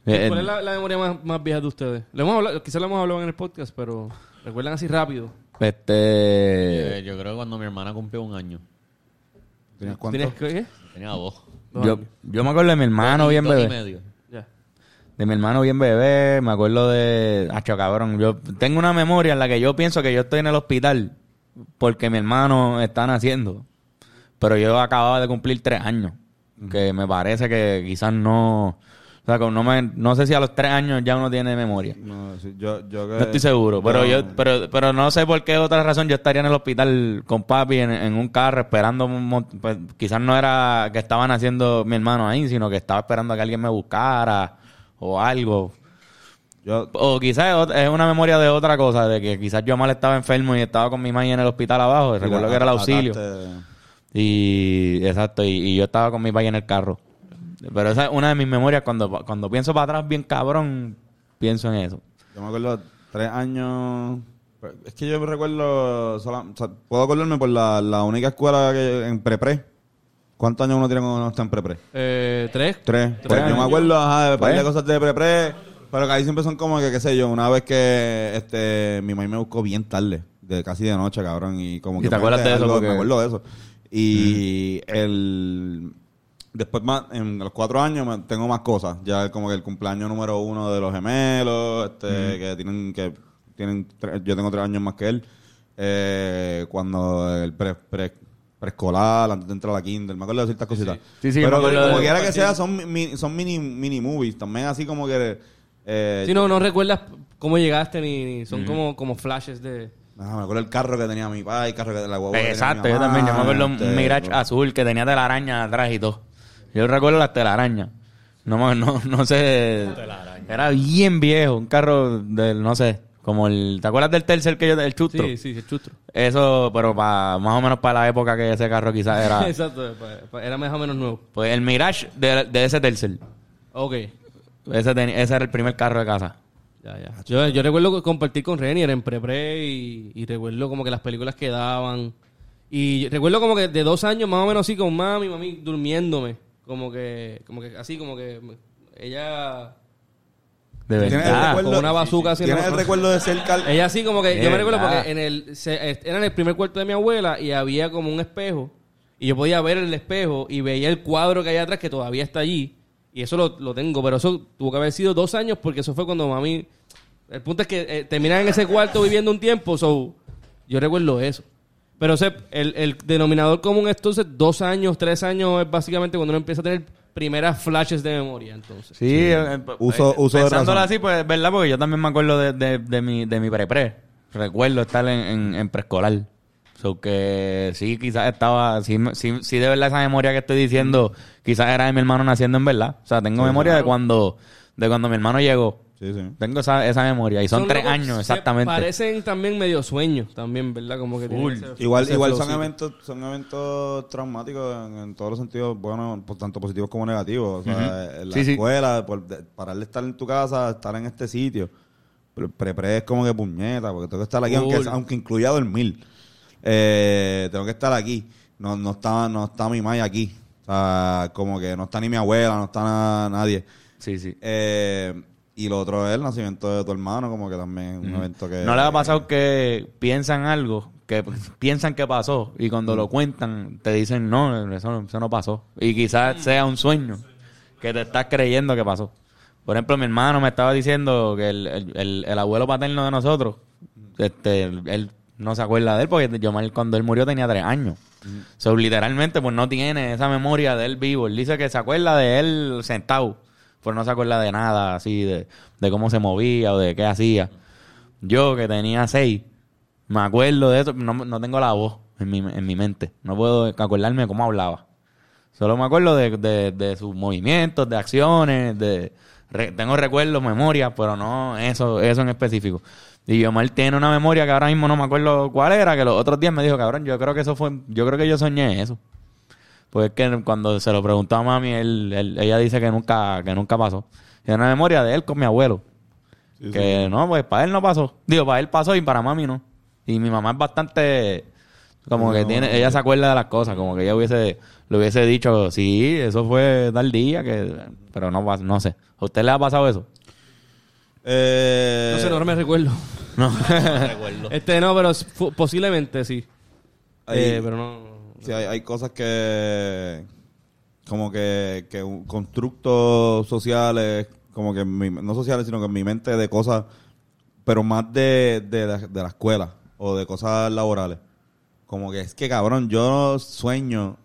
S1: Eh,
S3: ¿Cuál es la, la memoria más, más vieja de ustedes? Lo hemos hablado, quizás lo hemos hablado en el podcast, pero recuerdan así rápido.
S1: este
S4: Eh, yo creo que cuando mi hermana cumplió un año,
S2: ¿Tenías
S3: ¿Tienes que qué?
S4: tenía dos.
S3: Dos
S1: yo,
S3: años.
S1: yo me acuerdo de mi hermano
S4: Dos y-
S1: Ah, bien
S4: dos y
S1: bebé
S4: medio.
S3: Ya.
S1: De mi hermano bien bebé, me acuerdo de... Acho, cabrón, yo tengo una memoria en la que yo pienso que yo estoy en el hospital porque mi hermano está naciendo. Pero yo acababa de cumplir tres años. Que me parece que quizás no... O sea, como no, me, no sé si a los tres años ya uno tiene memoria.
S2: No, sí, yo, yo que-
S1: No estoy seguro, pero
S2: No.
S1: yo pero, pero no sé por qué otra razón yo estaría en el hospital con papi en, en un carro esperando un mon- pues, quizás no era que estaban haciendo mi hermano ahí, sino que estaba esperando a que alguien me buscara o algo.
S2: Yo,
S1: O quizás es ot- es una memoria de otra cosa, de que quizás yo mal estaba enfermo y estaba con mi mamá en el hospital abajo, y recuerdo que era el auxilio.
S2: Ataste-
S1: Y exacto, y, y yo estaba con mi país en el carro. Pero esa es una de mis memorias cuando cuando pienso para atrás bien cabrón, pienso en eso.
S2: Yo me acuerdo tres años. pues, Es que yo me recuerdo. sola- o sea, puedo acordarme por la, la única escuela que, en pre-pre. ¿Cuántos años uno tiene cuando uno está en pre-pre?
S3: Eh, ¿Tres?
S2: Tres. Pues yo me
S1: años.
S2: acuerdo, ajá, de par de
S1: Tres.
S2: cosas de pre-pre. Pero que ahí siempre son como que, qué sé yo, una vez que este mi mamá me buscó bien tarde, de casi de noche, cabrón. Y como
S1: ¿Y
S2: que
S1: te acuerdas
S2: mente
S1: de eso?
S2: algo-
S1: Porque-
S2: Me acuerdo de eso. Y el. Después más, en los cuatro años me- tengo más cosas. Ya como que el cumpleaños número uno de los gemelos, este, que tienen, que tienen tres- yo tengo tres años más que él. Eh, cuando el pre, pre- preescolar, antes de entrar a la kinder, me acuerdo de ciertas cositas.
S1: Sí, sí, me
S2: Pero
S1: acuerdo
S2: como
S1: de-
S2: quiera que sea, son, mi- mi- son mini, mini movies. También así como que... Eh,
S3: Si no, no recuerdas cómo llegaste ni... ni- son como, como flashes de...
S2: ah, me acuerdo el carro que tenía mi padre, el carro que la guagua que tenía
S1: Exacto,
S2: mi
S1: yo
S2: mamá,
S1: también. Yo me acuerdo un
S2: este,
S1: Mirage ah,
S2: todo.
S1: azul que tenía telaraña atrás y todo. Yo recuerdo las telarañas. No, me- no, no sé. Era bien viejo, un carro del, no sé, como el. ¿Te acuerdas del tercer que yo, el chustro?
S3: Sí, sí, el chustro.
S1: Eso, pero pa, más o menos para la época que ese carro quizás era.
S3: Exacto. pa- pa- Era más o menos nuevo.
S1: pues el Mirage de, de ese tercer.
S3: Ok.
S1: Ese, teni- ese era el primer carro de casa.
S3: Ya, ya. Yo, yo recuerdo compartir con Renny, era en pre-pre y, y recuerdo como que las películas que daban. Y recuerdo como que de dos años más o menos así con mami, mami durmiéndome. Como que, como que así, como que me- ella
S1: De
S2: ¿Tienes el
S1: verdad.
S2: recuerdo?
S3: con una bazooka haciendo...
S2: ¿Tienes el recuerdo de ser cal-
S3: Ella así como que, yo me
S1: Mierda.
S3: recuerdo porque en el, se- est- era en el primer cuarto de mi abuela y había como un espejo y yo podía ver el espejo y veía el cuadro que hay atrás que todavía está allí y eso lo, lo tengo, pero eso tuvo que haber sido dos años porque eso fue cuando mami... El punto es que eh, terminan en ese cuarto viviendo un tiempo, so, yo recuerdo eso. Pero o sea, el, el denominador común entonces, dos años, tres años, es básicamente cuando uno empieza a tener primeras flashes de memoria, entonces.
S1: Sí, eh, eh,
S2: Uso-
S1: eh,
S2: uso de
S1: pensándolo
S2: razón.
S1: así, pues es verdad, porque yo también me acuerdo de, de, de mi, de mi pre-pre. Recuerdo estar en, en, en preescolar. O So que sí, quizás estaba, sí, me- sí, sí de verdad esa memoria que estoy diciendo, quizás era de mi hermano naciendo en verdad. O sea, tengo memoria de cuando de cuando mi hermano llegó.
S2: Sí, sí.
S1: Tengo esa, esa memoria y son, tres
S3: locos
S1: años
S3: que
S1: exactamente.
S3: Parecen también medio sueños, también, ¿verdad? Como que tienen ese-
S2: Igual,
S3: ese
S2: igual son
S3: flowcito.
S2: eventos, son eventos traumáticos en, en todos los sentidos, bueno, pues, tanto positivos como negativos. O sea, en la
S1: Sí, sí.
S2: escuela, por de- parar de estar en tu casa, estar en este sitio. Pero el Pre-pre es como que puñeta, porque tengo que estar aquí, aunque,
S3: Full.
S2: aunque incluya dormir. Eh, tengo que estar aquí. No, no está, no está mi madre aquí. O sea, como que no está ni mi abuela, no está na- nadie.
S1: Sí, sí.
S2: Eh, y lo otro es el nacimiento de tu hermano, como que también es un evento que...
S1: ¿No le ha pasado que piensan algo, que piensan que pasó y cuando lo cuentan te dicen no, eso, no- eso no pasó? Y quizás sea un sueño que te estás creyendo que pasó. Por ejemplo, mi hermano me estaba diciendo que el, el- el- el abuelo paterno de nosotros, este, él no se acuerda de él porque yo me- cuando él murió tenía tres años. So, literalmente, pues no tiene esa memoria de él vivo. Él dice que se acuerda de él sentado, pero no se acuerda de nada así, de, de cómo se movía o de qué hacía. Yo, que tenía seis, me acuerdo de eso. No, no tengo la voz en mi, en mi mente. No puedo acordarme de cómo hablaba. Solo me acuerdo de, de- de sus movimientos, de acciones, de... re- tengo recuerdos, memorias, pero no eso, eso en específico. Y Yomar tiene una memoria que ahora mismo no me acuerdo cuál era, que los otros días me dijo, cabrón, yo creo que eso fue... Yo creo que yo soñé eso. Pues es que cuando se lo preguntó a mami, él- él- ella dice que nunca, que nunca pasó. Y es una memoria de él con mi abuelo. que no, pues para él no pasó. Digo, para él pasó y para mami no. Y mi mamá es bastante... Como que tiene, ella se acuerda de las cosas, como que ella hubiese, le hubiese dicho, sí, eso fue tal día, que, pero no, pas- no sé. ¿A usted le ha pasado eso?
S2: Eh,
S3: No sé, no, no me recuerdo.
S1: No.
S3: Este no, pero s- fu- posiblemente sí.
S2: Ahí-
S3: Eh, pero no.
S2: Sí, hay, hay cosas que. Como que, que un- constructos sociales, como que en mi- no sociales, sino que en mi mente de cosas, pero más de, de, la, de la escuela o de cosas laborales. Como que es que, cabrón, yo sueño.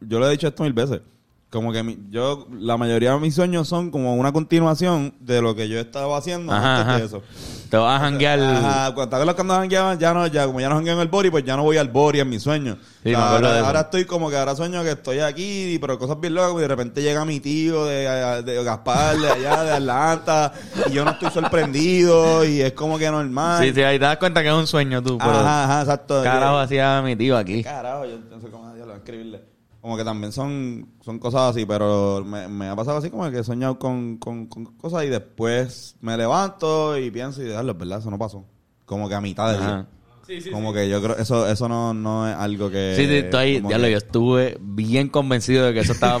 S2: Yo lo he dicho esto mil veces. Como que mi- yo, la mayoría de mis sueños son como una continuación de lo que yo estaba haciendo
S1: Ajá,
S2: antes de
S1: ajá.
S2: eso.
S1: Te vas a janguear.
S2: Ajá, cuando estaba cuando jangueaban, ya no, ya, como ya no jangueo en el body, pues ya no voy al body en mis sueños.
S1: Sí, me acuerdo de
S2: ahora,
S1: eso.
S2: ahora estoy como que ahora sueño que estoy aquí, pero cosas bien locas, y de repente llega mi tío de, de Gaspar, de allá, de Atlanta, y yo no estoy sorprendido, y es como que normal.
S1: Sí, sí, ahí te das cuenta que es un sueño tú, pero
S2: Ajá, ajá, exacto.
S1: carajo hacía mi tío aquí.
S2: Carajo, yo no sé cómo diablo escribirle. Como que también son, son cosas así, pero me, me ha pasado así como que he soñado con, con- con cosas y después me levanto y pienso y diablo, es verdad, eso no pasó. Como que a mitad del
S1: Ajá.
S2: día. como que yo creo, eso, eso no, no es algo que.
S1: Sí, sí, tú ahí,
S2: como
S1: diablo,
S2: que-
S1: yo estuve bien convencido de que eso estaba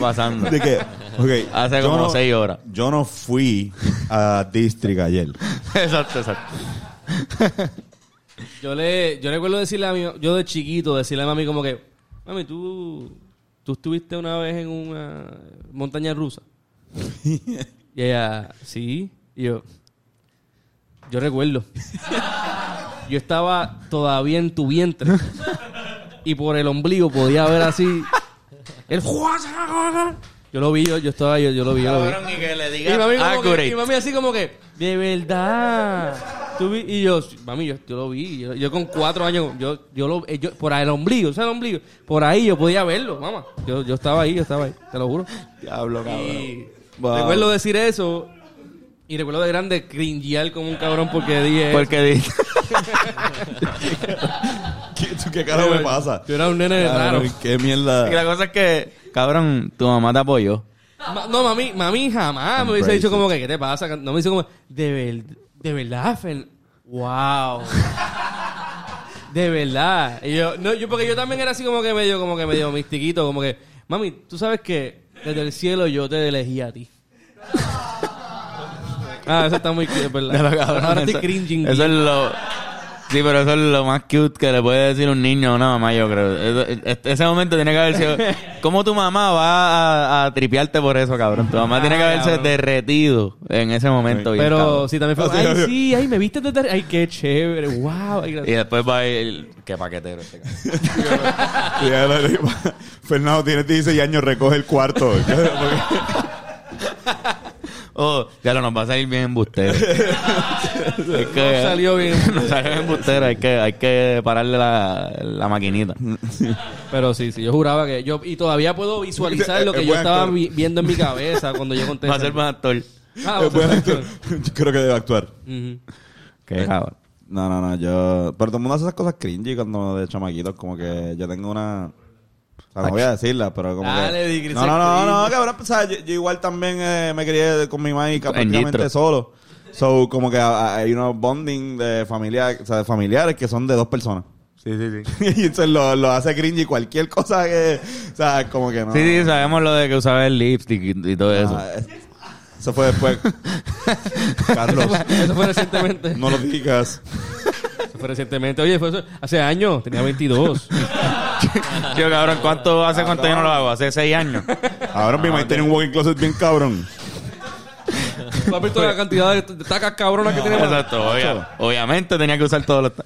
S1: pasando.
S2: de que, ok,
S1: Hace
S2: yo
S1: como
S2: no-
S1: seis horas.
S2: Yo no fui a District ayer.
S1: exacto, exacto.
S3: Yo le yo recuerdo decirle a mi yo de chiquito decirle a mami como que, "Mami, tú tú estuviste una vez en una montaña rusa." y ella, "Sí." Y yo Yo recuerdo. Yo estaba todavía en tu vientre. Y por el ombligo podía ver así el Yo lo vi, yo, yo estaba yo, yo lo vi, yo lo vi.
S1: y que le
S3: Y mami, como que- y
S1: accurate.
S3: mami así como que, de verdad. Tú vi- y yo, sí, mami, yo, yo lo vi. Yo, yo con cuatro años, yo, yo lo, eh, yo- por ahí el ombligo, ¿sabes el ombligo? Por ahí yo podía verlo, mamá. Yo, yo estaba ahí, yo estaba ahí, te lo juro.
S2: Diablo, cabrón.
S3: Y
S2: Wow.
S3: recuerdo decir eso. Y recuerdo de grande cringear como un cabrón porque dije.
S1: Porque di-
S2: ¿Qué, tú qué carajo me
S3: Yo-
S2: pasa?
S3: Yo era un nene raro.
S2: Cabrón, Qué mierda.
S1: y la cosa es que, cabrón, tu mamá te apoyó.
S3: Ma- no, mami, mami jamás me hubiese
S2: Embrace
S3: dicho
S2: it.
S3: como que, ¿qué te pasa? No me dice como, de, ver- de verdad, Fer. Wow. De verdad. Y yo, no, yo, porque yo también era así como que medio, como que medio mistiquito, como que, mami, tú sabes que desde el cielo yo te elegí a ti. ah, eso está muy cute, ¿verdad?
S1: De lo cabrón,
S3: Ahora estoy
S1: eso-
S3: cringing.
S1: Eso es lo. Sí, pero eso es lo más cute que le puede decir un niño a una mamá, yo creo. Eso- e- ese momento tiene que haber sido. ¿Cómo tu mamá va a, a tripearte por eso, cabrón? Tu mamá tiene que haberse
S3: Ah, cabrón.
S1: derretido en ese momento. bien,
S3: pero
S1: cabrón.
S3: sí, también fue como,
S2: Así,
S3: ay,
S2: así.
S3: sí, ay, me viste desde... Ay, qué chévere, wow. Ay,
S1: Y
S3: gracias.
S1: después va el. Qué paquetero este cabrón.
S2: Y ya le digo, Fernando, tienes 16 años, recoge el cuarto.
S1: Oh, ya lo nos va a salir bien embustero. Es que-
S3: No salió bien.
S1: nos salió bien embustero. Hay que, hay que pararle la, la maquinita.
S3: Pero sí, sí, yo juraba que yo y todavía puedo
S1: Eh,
S3: visualizar lo que
S2: Es
S3: yo
S2: buen
S3: estaba
S2: actor.
S3: vi- viendo en mi cabeza cuando yo conté.
S1: Va a ser más actor. Eh,
S3: Ah, va a ser
S2: Buen
S3: buen
S2: actor.
S3: actor.
S2: Yo creo que debe actuar.
S3: Ujú.
S1: Qué cabrón.
S2: No, no, no, yo... Pero todo el mundo hace esas cosas cringy cuando de chamaquitos, como que yo tengo una... O sea, no voy a decirla, pero como
S3: Dale, di
S2: que...
S3: que
S2: No,
S3: sea
S2: no, no, no,
S3: cringe.
S2: cabrón, o sea, yo, yo igual también eh, me crié con mi mamá y
S1: En
S2: prácticamente
S1: Nitro.
S2: solo. So, como que ah, ah, hay unos bonding de familia, o sea, de familiares que son de dos personas.
S1: Sí, sí, sí.
S2: y entonces lo, lo hace cringy cualquier cosa que... O sea, como que no...
S1: Sí, sí, sabemos lo de que usaba el lipstick y, y todo eso.
S2: Ah, eh, eso fue después. Carlos,
S3: Eso fue recientemente.
S2: no lo digas.
S3: Eso fue recientemente. Oye, fue eso- hace años, tenía 22.
S1: Yo, cabrón, ¿cuánto, ¿hace cuánto yo no lo hago? Hace seis años.
S2: Ahora mi mamá tiene un walking closet bien cabrón.
S3: ¿Tú has visto la cantidad de de tacas cabronas que tenemos?
S1: Exacto, obvia- obviamente tenía que usar todos los... ta-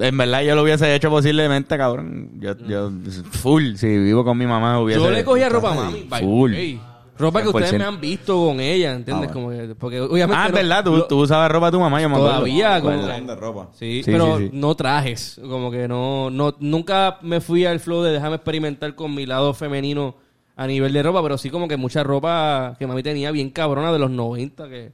S1: En verdad yo lo hubiese hecho posiblemente, cabrón. Yo, yo full, si vivo con mi mamá hubiese...
S3: Yo le cogía ropa a
S2: Full.
S3: mami. by the way. Ropa que ustedes
S1: 100%.
S3: me han visto con ella, ¿entiendes?
S2: Ah,
S3: Como que, porque obviamente...
S1: Ah, es
S3: no-
S1: verdad, tú,
S3: lo-
S1: tú usabas ropa de tu mamá, yo me acuerdo.
S3: Todavía, como
S2: Perdón
S3: que-
S2: de ropa.
S3: Sí,
S1: Sí,
S3: pero
S1: sí, sí.
S3: no trajes. Como que no, no... Nunca me fui al flow de dejarme experimentar con mi lado femenino a nivel de ropa, pero sí como que mucha ropa que mami tenía bien cabrona de los 90 que...
S1: Sí,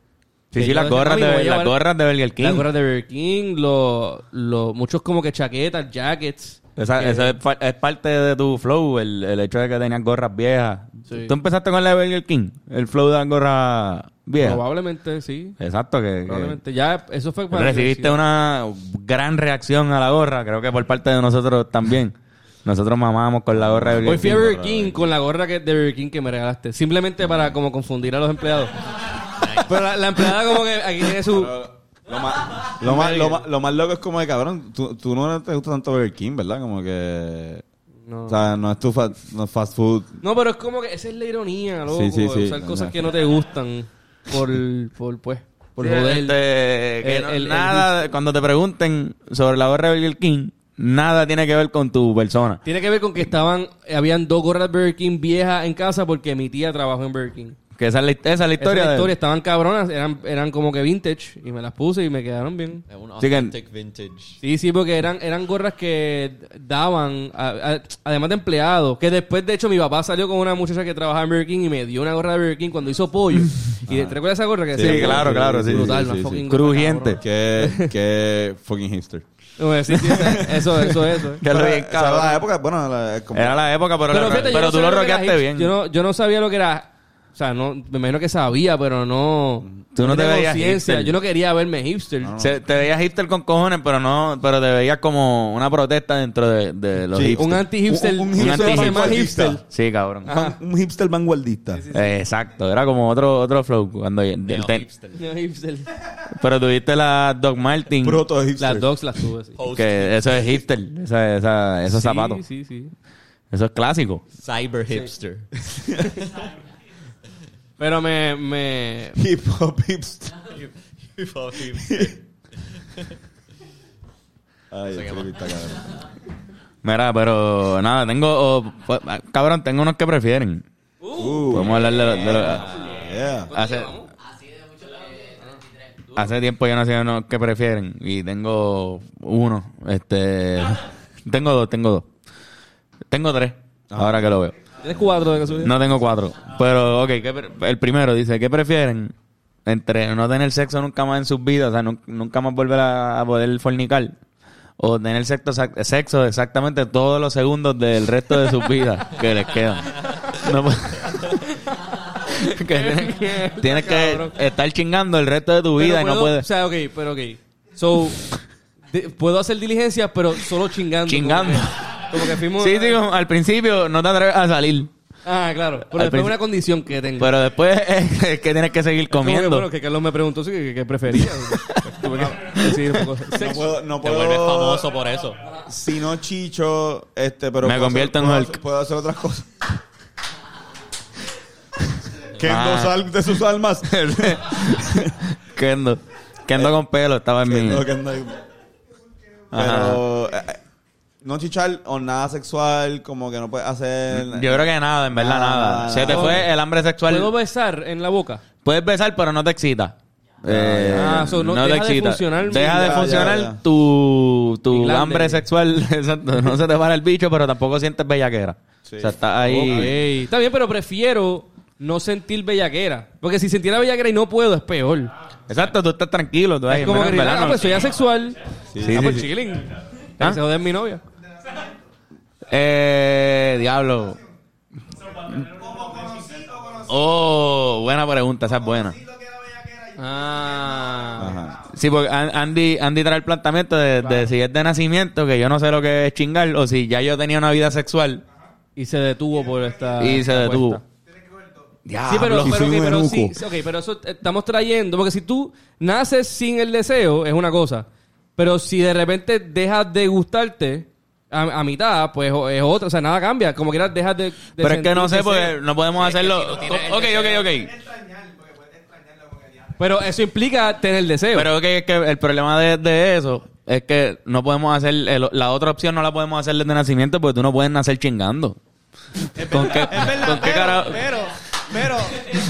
S3: que
S1: sí,
S3: yo
S1: las
S3: decía,
S1: gorras,
S3: "Mami, voy
S1: de,
S3: a
S1: las
S3: llevar
S1: gorras de Burger King.
S3: Las gorras de Burger King, lo, lo- muchos como que chaquetas, jackets.
S1: Esa,
S3: que-
S1: esa es, fa- es parte de tu flow, el, el hecho de que tenías gorras viejas.
S3: Sí.
S1: Tú empezaste con la de Burger King, el flow de las gorras viejas.
S3: Probablemente, sí.
S1: Exacto, que- que,
S3: Probablemente. Ya, eso fue para...
S1: Recibiste una gran reacción a la gorra, creo que por parte de nosotros también. Nosotros mamábamos con la gorra de
S3: Hoy fui a
S1: Burger King.
S3: Burger King con la gorra que, de Burger King que me regalaste. Simplemente para como confundir a los empleados. Pero la, la empleada como que aquí tiene su...
S2: Lo más, lo, más, lo, más, lo más loco es como de cabrón, tú, tú no te gusta tanto Burger King, ¿verdad? Como que...
S3: No.
S2: O sea, no es tu fa- no es fast food.
S3: No, pero es como que esa es la ironía, loco.
S2: Sí, sí,
S3: de
S2: sí.
S3: usar cosas que no te gustan por, por pues, por
S1: Sí,
S3: joder.
S1: este, que
S3: El-
S1: no-
S3: el- el-
S1: nada, cuando te pregunten sobre la gorra de Burger King, nada tiene que ver con tu persona.
S3: Tiene que ver con que estaban... Habían dos gorras de Burger King viejas en casa porque mi tía trabajó en Burger King.
S1: Que esa es la, esa es la
S3: Esa
S1: historia. de-
S3: historia estaban cabronas, eran, eran como que vintage y me las puse y me quedaron bien.
S4: Es un
S1: Sí, que-
S4: authentic vintage.
S3: Sí, sí, porque eran, eran gorras que daban, a- a- además de empleados, que después, de hecho, mi papá salió con una muchacha que trabajaba en Burger King y me dio una gorra de Burger King cuando hizo pollo. y ¿te recuerdas esa gorra que
S2: Sí,
S1: Ah. Sí,
S3: decía,
S1: claro, claro, sí. sí,
S3: Brutal, una
S1: sí, sí.
S3: fucking gorra,
S1: Crujiente.
S3: cabrón.
S2: Que, que fucking hipster.
S3: No, sí, sí, eso, eso, eso. eh.
S1: Que lo
S2: Pero,
S1: bien
S2: o sea,
S1: cabrón.
S2: la época, bueno, la- es como-
S1: Era la época, pero,
S3: Pero
S1: lo-
S3: fíjate, yo
S1: pero
S3: no
S1: tú lo
S3: sabía que era
S1: roqueaste
S3: hip-
S1: bien.
S3: Yo no, yo no sabía lo que era... O sea, no, me imagino que sabía, pero no...
S1: Tú no te
S3: tenía
S1: veías
S3: conciencia.
S1: hipster.
S3: Yo no quería verme hipster.
S1: Se- te veías hipster con cojones, pero no, pero te veías como una protesta dentro de, de los
S2: Sí,
S1: hipsters.
S3: Un anti-hipster.
S2: Un- un
S3: que se
S1: hipster
S3: hace más
S2: vanguardista.
S3: hipster.
S1: Sí, cabrón.
S2: Van- un hipster vanguardista.
S1: Exacto, era como otro otro flow cuando
S4: Neo
S1: ten-
S4: hipster.
S3: No, hipster.
S1: pero tuviste la Doc Martin
S2: Proto hipster.
S3: Las dogs las tuve, sí.
S1: que eso es hipster, esa- esa- esos
S3: Sí,
S1: zapatos,
S3: Sí, sí.
S1: eso es clásico.
S4: Cyber hipster.
S3: Pero me, me...
S2: Hip hop hipster.
S4: Hip hop hipster.
S2: Ay, qué bonita, cabrón.
S1: Mira, pero nada, tengo oh, pues, ah, cabrón, tengo unos que prefieren.
S4: Uh.
S1: Podemos hablar de, lo- de lo-
S2: Uh, Yeah.
S1: hace, hace tiempo yo no hacía unos que prefieren y tengo uno, este tengo dos, tengo dos. Tengo tres,
S3: Ah.
S1: ahora que lo veo.
S3: ¿Tienes cuatro de casualidad?
S1: No tengo cuatro. Pero, ok, ¿qué pre- el primero dice, ¿qué prefieren? Entre no tener sexo nunca más en sus vidas, o sea, nun- nunca más volver a, a poder fornicar, o tener sexo, sac- sexo exactamente todos los segundos del resto de sus vidas que les quedan. No pu- Que tienes-
S3: mierda,
S1: tienes que
S3: cabrón.
S1: estar chingando el resto de tu
S3: Pero
S1: vida y no
S3: puedo- O
S1: puedes...
S3: sea, ok, pero ok. So, de- puedo hacer diligencias, pero solo chingando.
S1: Chingando.
S3: Como que, como que fuimos...
S1: Sí, sí, como al principio no te atreves a salir,
S3: Ah, claro. Pero
S1: Al
S3: después es una
S1: principio-
S3: condición que tengo.
S1: pero después es, que tienes que seguir
S3: Como que,
S1: comiendo.
S3: bueno, que Carlos me preguntó sí, que, que prefería. Tuve que decidir un poco.
S2: No
S3: Sexo.
S2: puedo, no
S4: Te
S2: puedo.
S4: vuelves famoso por eso.
S2: Si no chicho, este, pero.
S1: Me
S2: puedo
S1: convierto
S2: hacer-
S1: en
S2: puedo
S1: Hulk.
S2: hacer- Puedo hacer otras cosas. que
S1: Ah.
S2: endosal de sus almas.
S1: Kendo. Kendo con pelo estaba en mi...
S2: Lo que anda ahí. Pero. eh, eh, no chichar o nada sexual, como que no puedes hacer.
S1: Yo creo que nada, en verdad
S2: Nada,
S1: nada.
S2: Ah, nada,
S1: Se te
S2: nada.
S1: fue el hambre sexual.
S3: ¿Puedo besar en la boca?
S1: Puedes besar, pero no te excita. Eh,
S3: Ah, so no- deja de funcionar.
S1: Deja de
S2: Ya,
S1: funcionar
S2: ya, ya.
S1: tu, tu
S3: glande.
S1: hambre sexual. Exacto. No se te para el bicho, pero tampoco sientes bellaquera.
S2: Sí.
S1: O sea, está ahí.
S3: Ok. Está bien, pero prefiero no sentir bellaquera. Porque si sintiera bellaquera y no puedo, es peor.
S1: Exacto, tú estás tranquilo. Tú ahí,
S3: es como
S1: mira,
S3: que
S1: en
S3: ah,
S1: verano.
S3: pues soy asexual. Sí,
S1: sí,
S3: ah, pues
S1: sí.
S3: chilling.
S1: ¿Ah?
S3: Se joder mi novia.
S1: Eh, diablo. Oh, buena pregunta, esa es buena.
S3: Ah.
S2: Ajá.
S1: Sí, porque An- Andy, Andy trae el planteamiento de, de si es de nacimiento, que yo no sé lo que es chingar, o si ya yo tenía una vida sexual
S3: Y se detuvo por esta.
S1: y se
S3: esta
S1: detuvo.
S3: apuesta.
S1: Diablo.
S3: Ah, Sí, pero,
S2: Si
S3: pero,
S2: soy
S3: ok,
S2: un
S3: pero sí,
S2: eunuco.
S3: sí, ok, pero eso eh, estamos trayendo, porque si tú naces sin el deseo, es una cosa, pero si de repente dejas de gustarte a, a mitad, pues o- es otra, o sea, nada cambia, como quieras dejas de... de
S1: Pero es que
S3: sentir
S1: no sé,
S3: deseo.
S1: porque no podemos hacerlo. ok, ok, ok.
S3: Pero eso implica tener deseo.
S1: Pero ok, es que el problema de, de eso es que no podemos hacer. el- la otra opción no la podemos hacer desde nacimiento porque tú no puedes nacer chingando. ¿Con qué,
S6: Es verdad,
S1: con qué
S6: pero,
S1: carajo-
S6: pero, pero,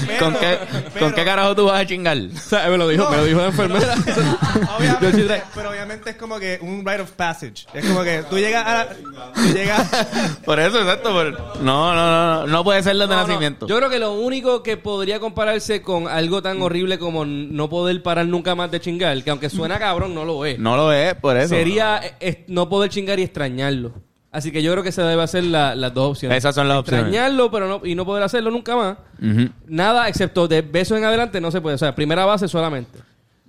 S6: pero,
S1: ¿Con qué,
S6: pero-
S1: ¿Con qué carajo tú vas a chingar?
S3: O sea, me lo dijo, me lo dijo la enfermera. Yo sí
S6: Obviamente,
S3: tra-
S6: pero obviamente es como que un rite of passage. Es como que tú llegas a la- tú llegas
S1: Por eso, exacto. por- No, no, no, no. No puede ser desde
S3: No, no,
S1: nacimiento. Mm.
S3: Yo creo que lo único que podría compararse con algo tan horrible como n- no poder parar nunca más de chingar, que aunque
S1: Mm.
S3: suena cabrón, no lo es.
S1: No lo es, por eso.
S3: Sería eh, eh, no poder chingar y extrañarlo. Así que yo creo que se debe hacer la- las dos opciones.
S1: Esas son las opciones.
S3: Extrañarlo pero no, y no poder hacerlo nunca más.
S1: Ujú.
S3: Nada excepto de besos en adelante no se puede. O sea, primera base solamente.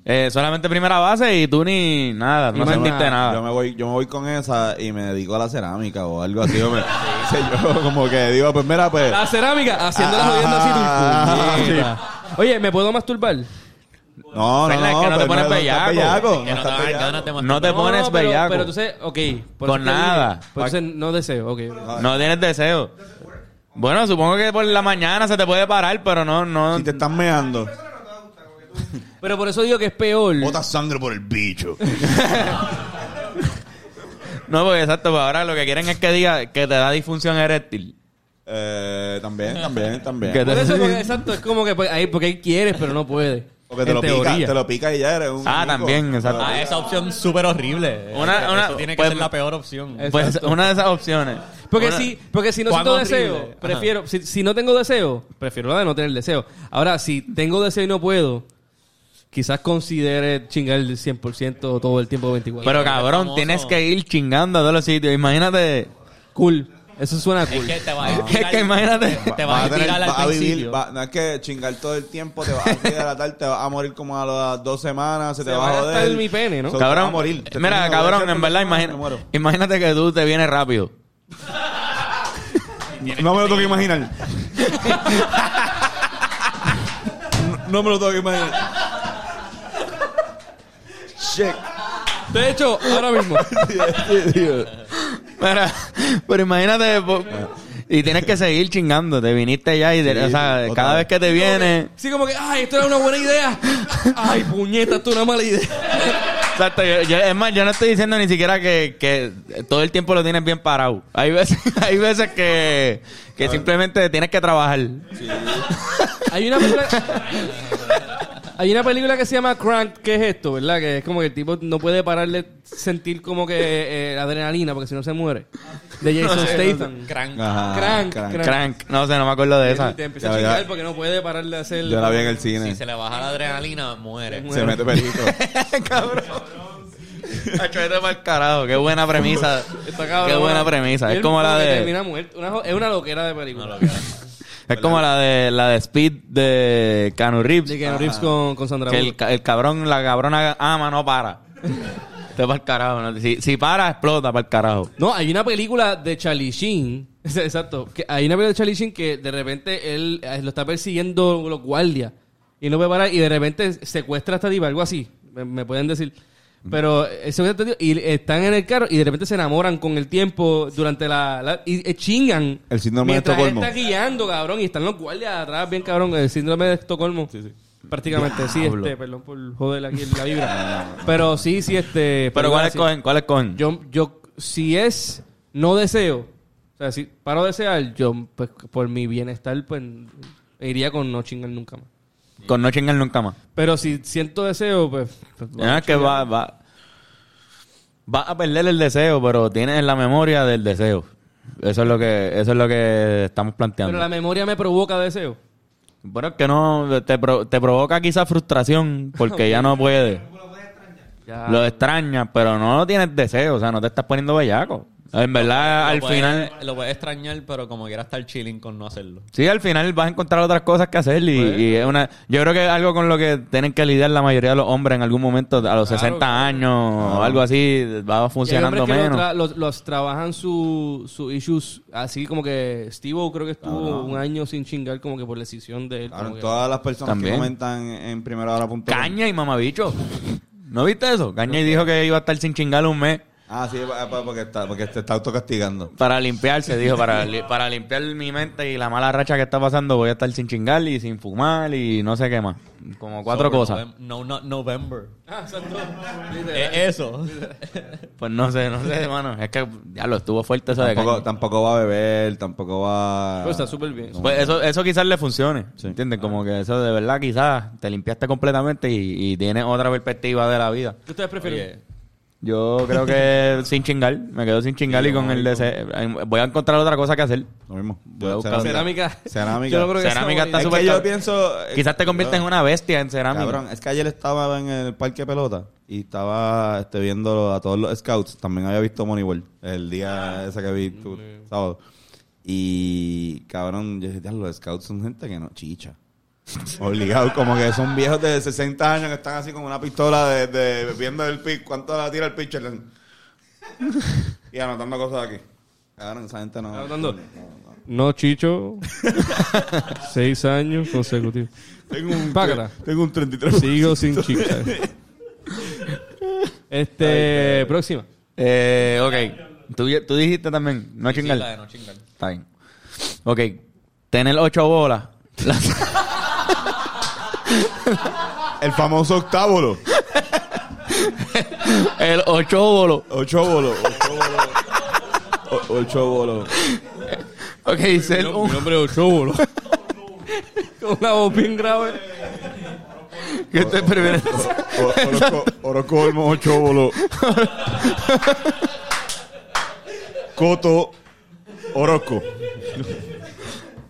S1: Eh, solamente primera base y tú ni nada.
S3: Y
S1: No
S3: más
S1: sentiste
S3: nada.
S1: nada.
S2: Yo me voy, yo me voy con esa y me dedico a la cerámica o algo así. Yo, me- Sí, yo como que digo, pues mira, pues.
S3: La cerámica, haciendo la
S2: Ah,
S3: jodienda
S2: ah,
S3: así. tú, puñeta. Oye, ¿me puedo masturbar?
S2: No, no, no,
S1: Fernan, es que no te
S2: pues,
S1: pones
S2: no estás
S1: bellaco.
S2: bellaco,
S4: Que
S2: no
S4: no te
S2: estás
S4: van- que
S2: bellaco.
S4: Ah, no te
S1: No te
S3: No,
S1: pones
S3: pero,
S1: bellaco.
S3: Pero entonces, ok. por
S1: Con
S3: eso es que
S1: nada.
S3: dije. Por eso no deseo, ok.
S1: No tienes deseo. Bueno, supongo que por la mañana se te puede parar, pero no, no.
S2: Si te estás meando,
S3: Pero por eso digo que es peor.
S5: Bota sangre por el bicho.
S1: No, porque exacto, pues ahora lo que quieren es que diga que te da disfunción eréctil.
S2: eh, también, también, también.
S1: Que
S3: Por eso, porque, exacto, es como que pues, ahí, porque ahí quieres, pero no puedes.
S2: Porque te
S3: En
S2: lo, pica,
S3: teoría.
S2: te lo pica y ya eres un.
S1: Ah,
S2: rico.
S1: también, exacto.
S4: Ah, esa opción es súper horrible.
S1: Una-
S4: Eso
S1: una-
S4: tiene que
S1: pues-
S4: ser la peor opción.
S1: Pues una de esas opciones.
S3: Porque
S1: Una-
S3: si, porque si no
S4: ¿Cuán
S3: siento
S4: horrible?
S3: deseo,
S4: Ajá.
S3: prefiero, si, si no tengo deseo, prefiero la de no tener deseo. Ahora, si tengo deseo y no puedo, quizás considere chingar el 100% todo el tiempo 24.
S1: Pero cabrón,
S4: famoso.
S1: tienes que ir chingando a todos los sitios. Imagínate.
S3: cool. Eso suena cool.
S4: Es que te
S3: Ah.
S4: vas a
S1: Es que imagínate.
S4: Te
S2: Vas
S4: vas
S2: a
S4: a
S2: tener-
S4: tirar
S2: vas a
S4: al
S2: vivir,
S4: principio.
S2: va- no es que chingar todo el tiempo, te vas a hidratar, te vas a morir como a las dos semanas, se te
S3: Se
S2: va
S3: va
S2: a
S3: a
S2: joder.
S3: gastar mi pene, ¿no?
S2: So, te vas
S1: Cabrón,
S2: a morir. Te
S1: mira,
S2: tienes-
S1: cabrón,
S2: te
S1: en verdad,
S2: tienes-
S1: imagina-
S2: me muero.
S1: imagínate que tú te vienes rápido.
S2: No me lo tengo que imaginar. No- No me lo tengo que imaginar. Shit.
S3: De hecho, ahora mismo.
S1: Mira, pero imagínate. po- Y tienes que seguir chingando. Te viniste ya y, de-
S2: Sí,
S1: o sea,
S2: otra
S1: cada
S2: vez.
S1: vez que te vienes.
S3: Sí, como que, ay, esto era una buena idea. Ay, puñeta, esto es una mala idea.
S1: Exacto, yo- yo- es más, yo no estoy diciendo ni siquiera que, que todo el tiempo lo tienes bien parado. Hay veces, hay veces que, que simplemente tienes que trabajar.
S3: Hay una película. Hay una película que se llama Crank, que es esto, ¿verdad? Que es como que el tipo no puede parar de sentir como que eh, adrenalina porque si no se muere. De Jason Statham.
S4: Crank.
S2: Ajá,
S3: Crank,
S2: crank.
S3: crank.
S1: Crank, no sé, no me acuerdo de
S3: Y
S1: esa.
S3: te empieza
S2: Ya,
S3: a
S2: ya.
S3: chingar porque no puede parar de hacer.
S2: Yo la vi en el
S4: Si
S2: cine.
S4: se le baja la adrenalina, muere.
S2: Se mete pelito.
S1: Cabrón. Hacho, vete pa'l carajo, qué buena premisa.
S3: Está cabrón.
S1: Qué buena premisa.
S3: Y
S1: Es
S3: él
S1: como la
S3: que
S1: de.
S3: termina muerto. Una jo- es una loquera de película.
S1: Es como la de la de Speed de Canu Reeves.
S3: De Keanu Reeves con, con Sandra
S1: Que
S3: Bullock.
S1: el, ca- el cabrón, la cabrona ama, no para. Te va el carajo. ¿no? Si, si para, explota para el carajo.
S3: No, hay una película de Charlie Sheen. Exacto. Que hay una película de Charlie Sheen que de repente él eh, lo está persiguiendo los guardias. Y no puede parar. Y de repente secuestra a esta diva, algo así. Me, me pueden decir. Pero eh, secuestra a esta diva y están en el carro y de repente se enamoran con el tiempo durante la... la- y eh, chingan.
S2: El síndrome de
S3: mientras él
S2: Estocolmo.
S3: está guiando, cabrón. Y están los guardias atrás, bien cabrón. El síndrome de Estocolmo. Prácticamente, sí, este, perdón por joder aquí la vibra. Pero sí, sí, este...
S1: Pero
S3: película
S1: ¿cuáles
S3: así.
S1: cogen? ¿Cuáles cogen?
S3: Yo, yo, si es no deseo, o sea, si paro de desear, yo, pues, por mi bienestar, pues, iría con no chingar nunca más.
S1: Con no chingar nunca más.
S3: Pero si siento deseo, pues. pues,
S1: No, es que Ah, va, va, va a perder el deseo, pero tienes en la memoria del deseo. Eso es lo que, eso es lo que estamos planteando.
S3: Pero la memoria me provoca deseo.
S1: Bueno, es que no, te, pro- te provoca quizás frustración porque ya no puedes.
S3: Ah.
S1: Lo extrañas, pero no tienes deseo, o sea, no te estás poniendo bellaco. En verdad, al
S4: Lo puedes-
S1: final,
S4: Lo puedes extrañar, pero como quiera estar chilling con no hacerlo.
S1: sí, al final vas a encontrar otras cosas que hacer y, y es una, yo creo que es algo con lo que tienen que lidiar la mayoría de los hombres en algún momento, a los 60 años o algo así, va
S3: Ah. Y hay hombres
S1: funcionando
S3: que lo
S1: menos.
S3: tra- los, los trabajan sus issues así como que Steve O creo que estuvo un año sin chingar como que por la decisión de él.
S2: Claro,
S3: como que-
S2: todas las personas
S1: También.
S2: que comentan en primera hora punto com.
S1: Caña y mamabicho. ¿No viste eso? Caña y dijo que iba a estar sin chingar un mes
S2: Ah, sí, pa- pa- porque, está, porque te está autocastigando.
S1: para limpiarse, dijo, para, li- para limpiar mi mente y la mala racha que está pasando, voy a estar sin chingar y sin fumar y no sé qué más. Como cuatro
S4: Sober
S1: cosas.
S4: Novem- No, no, November.
S3: Ah, exacto.
S4: Eh, eso.
S1: Pues no sé, no sé, hermano. Es que ya lo estuvo fuerte eso de
S2: Tampoco,
S1: caña.
S2: tampoco va a beber, tampoco va...
S3: Pero está súper bien.
S1: Pues eso, eso quizás le funcione, ¿entiendes?
S2: Ah.
S1: Como que eso de verdad quizás te limpiaste completamente y, y tienes otra perspectiva de la vida.
S3: ¿Qué ustedes prefieren?
S1: Yo creo que sin chingar, me quedo sin chingar y con el deseo. Voy a encontrar otra cosa que hacer.
S2: Lo mismo.
S1: Voy a buscar
S3: Cerámica.
S2: Cerámica.
S3: Yo no creo que sea
S1: Cerámica
S3: bonito.
S1: está
S2: Es
S1: súper
S2: que yo
S1: cabrón.
S2: pienso... eh,
S1: Quizás te conviertas en una bestia en
S3: Ah,
S1: cerámica.
S2: Cabrón, es que ayer estaba en el parque de pelota y estaba este, viendo a todos los scouts. También había visto Moneyball el día ese que vi
S3: Ah,
S2: tú, sábado. Y cabrón, yo dije, "Diablo, los scouts son gente que no chicha. Obligado, como que son viejos de 60 años que están así con una pistola de, de- viendo el pitch, cuánto la tira el pitcher. Y anotando cosas aquí. Cabrón, esa gente no.
S3: Anotando. No, Chicho. Seis años consecutivos.
S2: Tengo un,
S3: Págara.
S2: tengo un 33.
S3: Sigo sin chingar. Este, próxima.
S1: Eh, ok. Tú, tú dijiste también, no
S4: Sí,
S1: chingar.
S4: la de no chingar.
S1: Está bien. Ok. Tener ocho bolas. Las-
S2: El famoso octábolo.
S1: el ocho bolos.
S2: Ocho bolos. Ocho bolos. O- Ocho bolos.
S1: Ok, ser un-
S3: nombre es Ochóbolo. Con una voz bien grave.
S1: ¿Qué te prefieres?
S2: O- Orozco- Orozco Olmo, ocho bolos. Coto Orozco.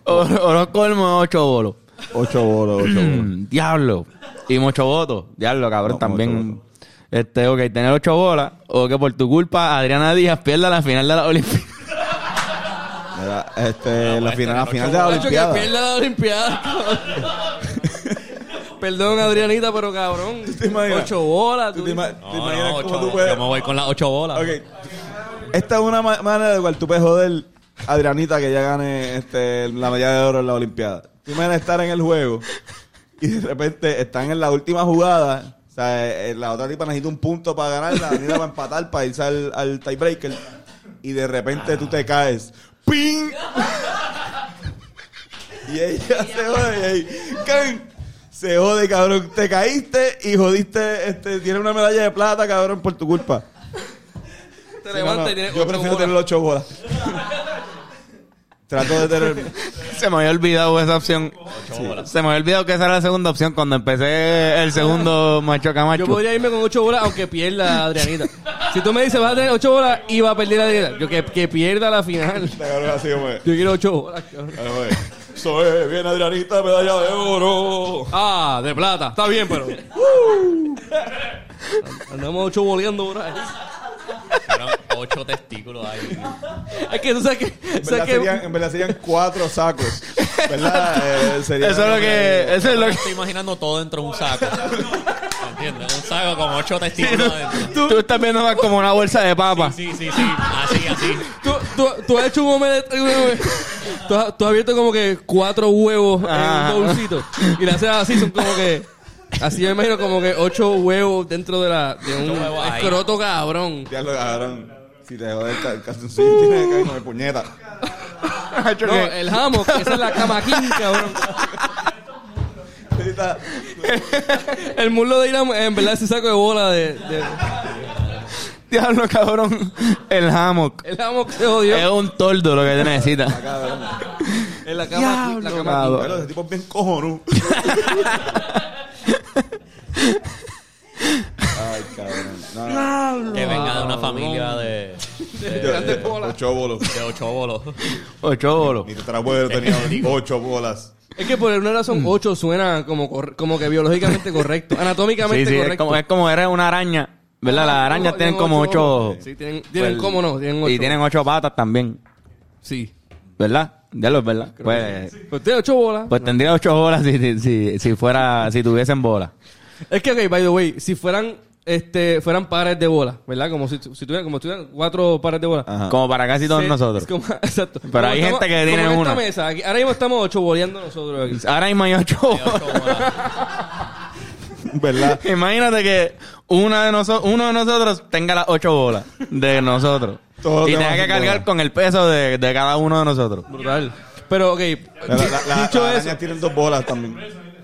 S1: Oro- Orozco Olmo, ocho bolos.
S2: Ocho bolos, ocho bolos.
S1: Mm, diablo. Y mucho voto. Diablo, cabrón,
S2: No,
S1: también.
S2: mucho
S1: Este, ok, tener ocho bolas. O que por tu culpa Adriana Díaz pierda la final de la Olimpiada.
S2: Mira, este, eh, la final, la final de la
S3: Macho, que
S2: Olimpiada.
S3: pierda la Olimpiada. cabrón. Perdón, Adrianita, pero cabrón.
S2: te imaginas?
S3: Ocho bolas.
S2: ¿Tú
S3: tú
S2: te
S3: dices.
S2: ima- te
S4: No,
S2: imaginas
S4: no,
S2: cómo
S4: ocho
S2: tú
S4: bolas.
S2: puedes-
S4: Yo me voy con las ocho bolas.
S2: Ok. Esta es una ma- manera de igual tú puedes joder a Adrianita que ya gane este, la medalla de oro en la Olimpiada. Tú imaginas estar en el juego y de repente están en la última jugada. O sea, eh, la otra tipa necesita un punto para ganar, la Adrianita para empatar, para irse al, al tiebreaker. Y de repente tú te caes. ¡Ping! Y ella se jode y ahí, ¡can! Se jode, cabrón. Te caíste y jodiste. Este, tienes una medalla de plata, cabrón, por tu culpa.
S3: Te
S2: Sí, no,
S3: levantas
S2: no,
S3: y tienes
S2: Yo
S3: ocho
S2: prefiero
S3: bolas.
S2: tener ocho bolas. Trato de tener.
S1: Se me había olvidado esa opción. Se me había olvidado que esa era la segunda opción cuando empecé el segundo macho camacho.
S3: Yo podría irme con ocho bolas aunque pierda Adrianita. Si tú me dices vas a tener ocho bolas y va a perder Adrianita, yo que, que pierda la final.
S2: Te agarro así, hombre.
S3: Yo quiero ocho bolas. cabrón.
S2: Ahí voy. Soy bien Adrianita, medalla de oro.
S3: Ah, de plata. Está bien, pero. uh. Andamos ocho boleando por ahí.
S4: Fueron ocho testículos ahí.
S3: Es que tú sabes que.
S2: En
S3: sabes
S2: verdad,
S3: que-
S2: serían, en verdad serían cuatro sacos. ¿Verdad? Eh, sería-
S1: Eso es lo que, eso es lo
S4: Yo me
S1: que
S4: estoy imaginando todo dentro de un saco. ¿Me ¿Entiendes? Un saco con ocho testículos adentro.
S1: tú, estás viendo más como una bolsa de papas.
S4: Sí, sí, sí. Así, así.
S3: Tú, tú, tú has hecho un omelette. eh, Tú has, tú has abierto como que cuatro huevos
S1: Ah.
S3: en un bolsito. Y le haces así, son como que. Así yo me imagino como que ocho huevos dentro de, la, de un
S4: huevos ahí.
S3: escroto cabrón.
S2: Ya lo agarraron. Si te jode el ca- el calzoncillo, tienes que caer con el puñeta.
S3: No, el jamón, que esa es la cama king, cabrón.
S2: Ahorita,
S3: El muslo de Irán, en verdad, ese saco de bola de. de-
S1: Diablo, cabrón. El hammock.
S3: el jamón que se jodió.
S1: Es un toldo lo que te necesitas.
S2: cabrón.
S3: En la cama, la cama
S2: Pero ese tipo es bien cojonudo. Ay, cabrón. No,
S3: Ah,
S2: no.
S4: Que venga de una familia de,
S2: Yo- yo- Ocho bolos.
S4: de ocho bolos.
S1: Ocho bolos.
S2: Mi tatarabuelo tenía ocho bolas.
S3: Es que por alguna razón
S1: Mm.
S3: 8 suena como, cor- como que biológicamente correcto, anatómicamente
S1: Sí, sí, es
S3: correcto.
S1: como, es como eres una araña. ¿Verdad? Las arañas este Ah, tienen como ocho.
S3: Sí, tienen, tienen
S1: Pues,
S3: cómo no, tienen 8.
S1: Y tienen ocho patas también.
S3: Sí.
S1: ¿Verdad? Ya lo es, ¿verdad? Pues,
S3: Pues tiene 8 bolas.
S1: pues tendría ocho bolas si, si, si, si fuera, si tuviesen bolas.
S3: Es que, ok, by the way, si fueran, este, fueran pares de bolas, ¿verdad? Como si, tu- si tuvieran, como tuvieran cuatro pares de bolas.
S2: Ajá.
S1: Como para casi Ah, todos
S3: Se-
S1: nosotros.
S3: es como- exacto. Pero
S1: hay gente que tiene
S3: en esta
S1: una.
S3: mesa, aquí- ahora mismo estamos ocho boleando nosotros aquí.
S1: Ahora mismo hay ocho bolas.
S2: ¿Verdad?
S1: Imagínate que una de noso- uno de nosotros tenga las ocho bolas de nosotros.
S2: Todos
S1: y
S2: tenemos
S1: tenga que
S2: cinco
S1: cargar
S2: bolas.
S1: con el peso de, de cada uno de nosotros.
S3: Brutal. Pero, ok,
S2: La, la, la,
S3: dicho
S2: las
S3: eso,
S2: arañas tienen dos bolas también.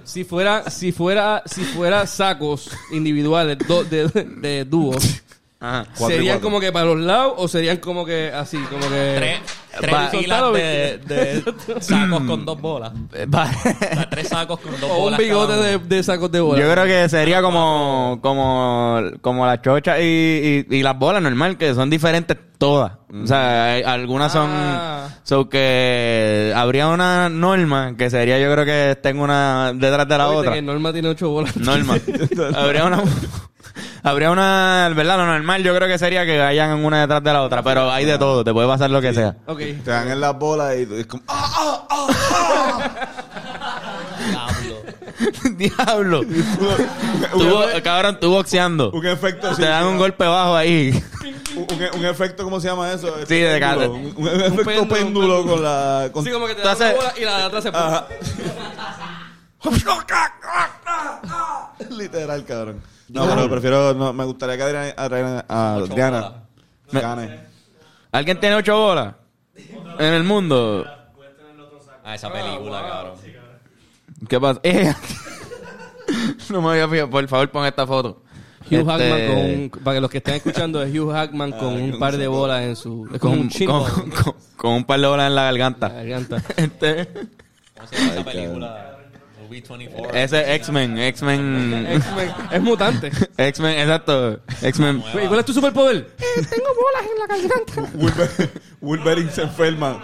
S3: si fuera, si fuera, si fuera sacos individuales do- de, de dúos,
S1: Ajá.
S2: Cuatro y
S3: ¿serían
S2: cuatro.
S3: como que para los lados o serían como que así, como que...
S4: Tres, tres
S1: Va-
S4: filas de, de sacos con dos bolas.
S1: Eh, va-
S4: O sea, tres sacos con dos
S3: O un
S4: bolas. cada
S3: bigote
S4: uno.
S3: de, de sacos de bola.
S1: Yo creo que sería como, como, como las chochas y, y, y las bolas normal, que son diferentes todas. O sea, hay- algunas son,
S3: Ah.
S1: so que habría una norma que sería, yo creo que tengo una detrás de la
S3: Viste
S1: otra.
S3: que Norma tiene ocho bolas.
S1: Norma. habría una. Habría una. ¿Verdad? Lo normal yo creo que sería que vayan una detrás de la otra. Pero hay de todo. Te puede pasar lo que sea.
S3: Ok.
S2: Te dan en las bolas y es como... ¡Ah!
S4: Diablo.
S1: Diablo. Tú, eh,
S2: un,
S1: cabrón, tú boxeando.
S2: un efecto... sí,
S1: Te dan un golpe bajo ahí.
S2: Un, un- un efecto, ¿cómo se llama eso? Este,
S1: Sí,
S2: Péndulo.
S1: de cada-
S2: Un, un efecto
S3: péndulo, un
S2: péndulo, con la... Con...
S3: Sí, como que te
S1: Tú
S3: da una
S1: haces-
S3: bola y la de atrás se pone.
S2: Ajá. ah, Literal, cabrón. No, pero prefiero... No, me gustaría que Adriana... Adriana, a Adriana
S1: Me-
S2: gane.
S1: ¿Alguien tiene ocho bolas? En el mundo.
S4: Ah, esa película, cabrón.
S1: ¿Qué pasa? Eh. no me había fijado. Por favor, pon esta foto.
S3: Hugh
S1: Este, Ah,
S3: Hackman con un, para que los que estén escuchando es Hugh Hackman con un par de bolas en su es como un
S1: con,
S3: chin bone
S1: con- con- con un par de bolas en la
S3: en la
S1: garganta.
S3: garganta.
S1: Este.
S4: ¿Cómo se llama esa película? Movie 24.
S1: Ese es X-Men, X-Men.
S3: X-Men, es mutante.
S1: X-Men, exacto. X-Men.
S3: Güey, ¿Cuál es tu superpoder?
S2: Wolver- Wolverine se enferma.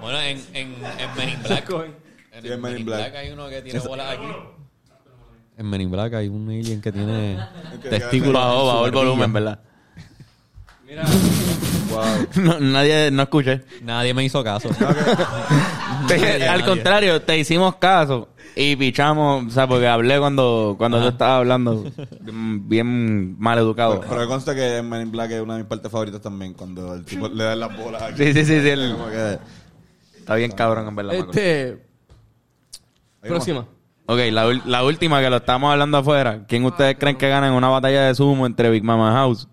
S4: Bueno, en, en, en Men in Black. En,
S2: Sí, en Men in Black.
S4: hay uno que tiene bolas aquí. En Men in Black hay un alien que tiene
S2: testículos
S1: Bajó, bajó el volumen, ¿verdad?
S2: Wow.
S1: No, nadie, no escuché.
S4: Nadie me hizo caso.
S1: Te-
S4: Nadie,
S1: al
S4: nadie.
S1: contrario, te hicimos caso y pichamos, o sea, porque hablé cuando, cuando tú estabas hablando bien, bien mal educado.
S2: Pero, pero que consta que Men in Black es una de mis partes favoritas también, cuando el tipo le dan las bolas aquí.
S1: Sí, sí, sí, sí, el-
S2: Como que- hay
S1: Está bien cabrón, en verdad. Paco.
S3: Este,
S2: una-
S3: próxima.
S1: Ok, la, ul- la última que lo estamos hablando afuera. ¿Quién ustedes creen que gana en una batalla de sumo entre Big Mama House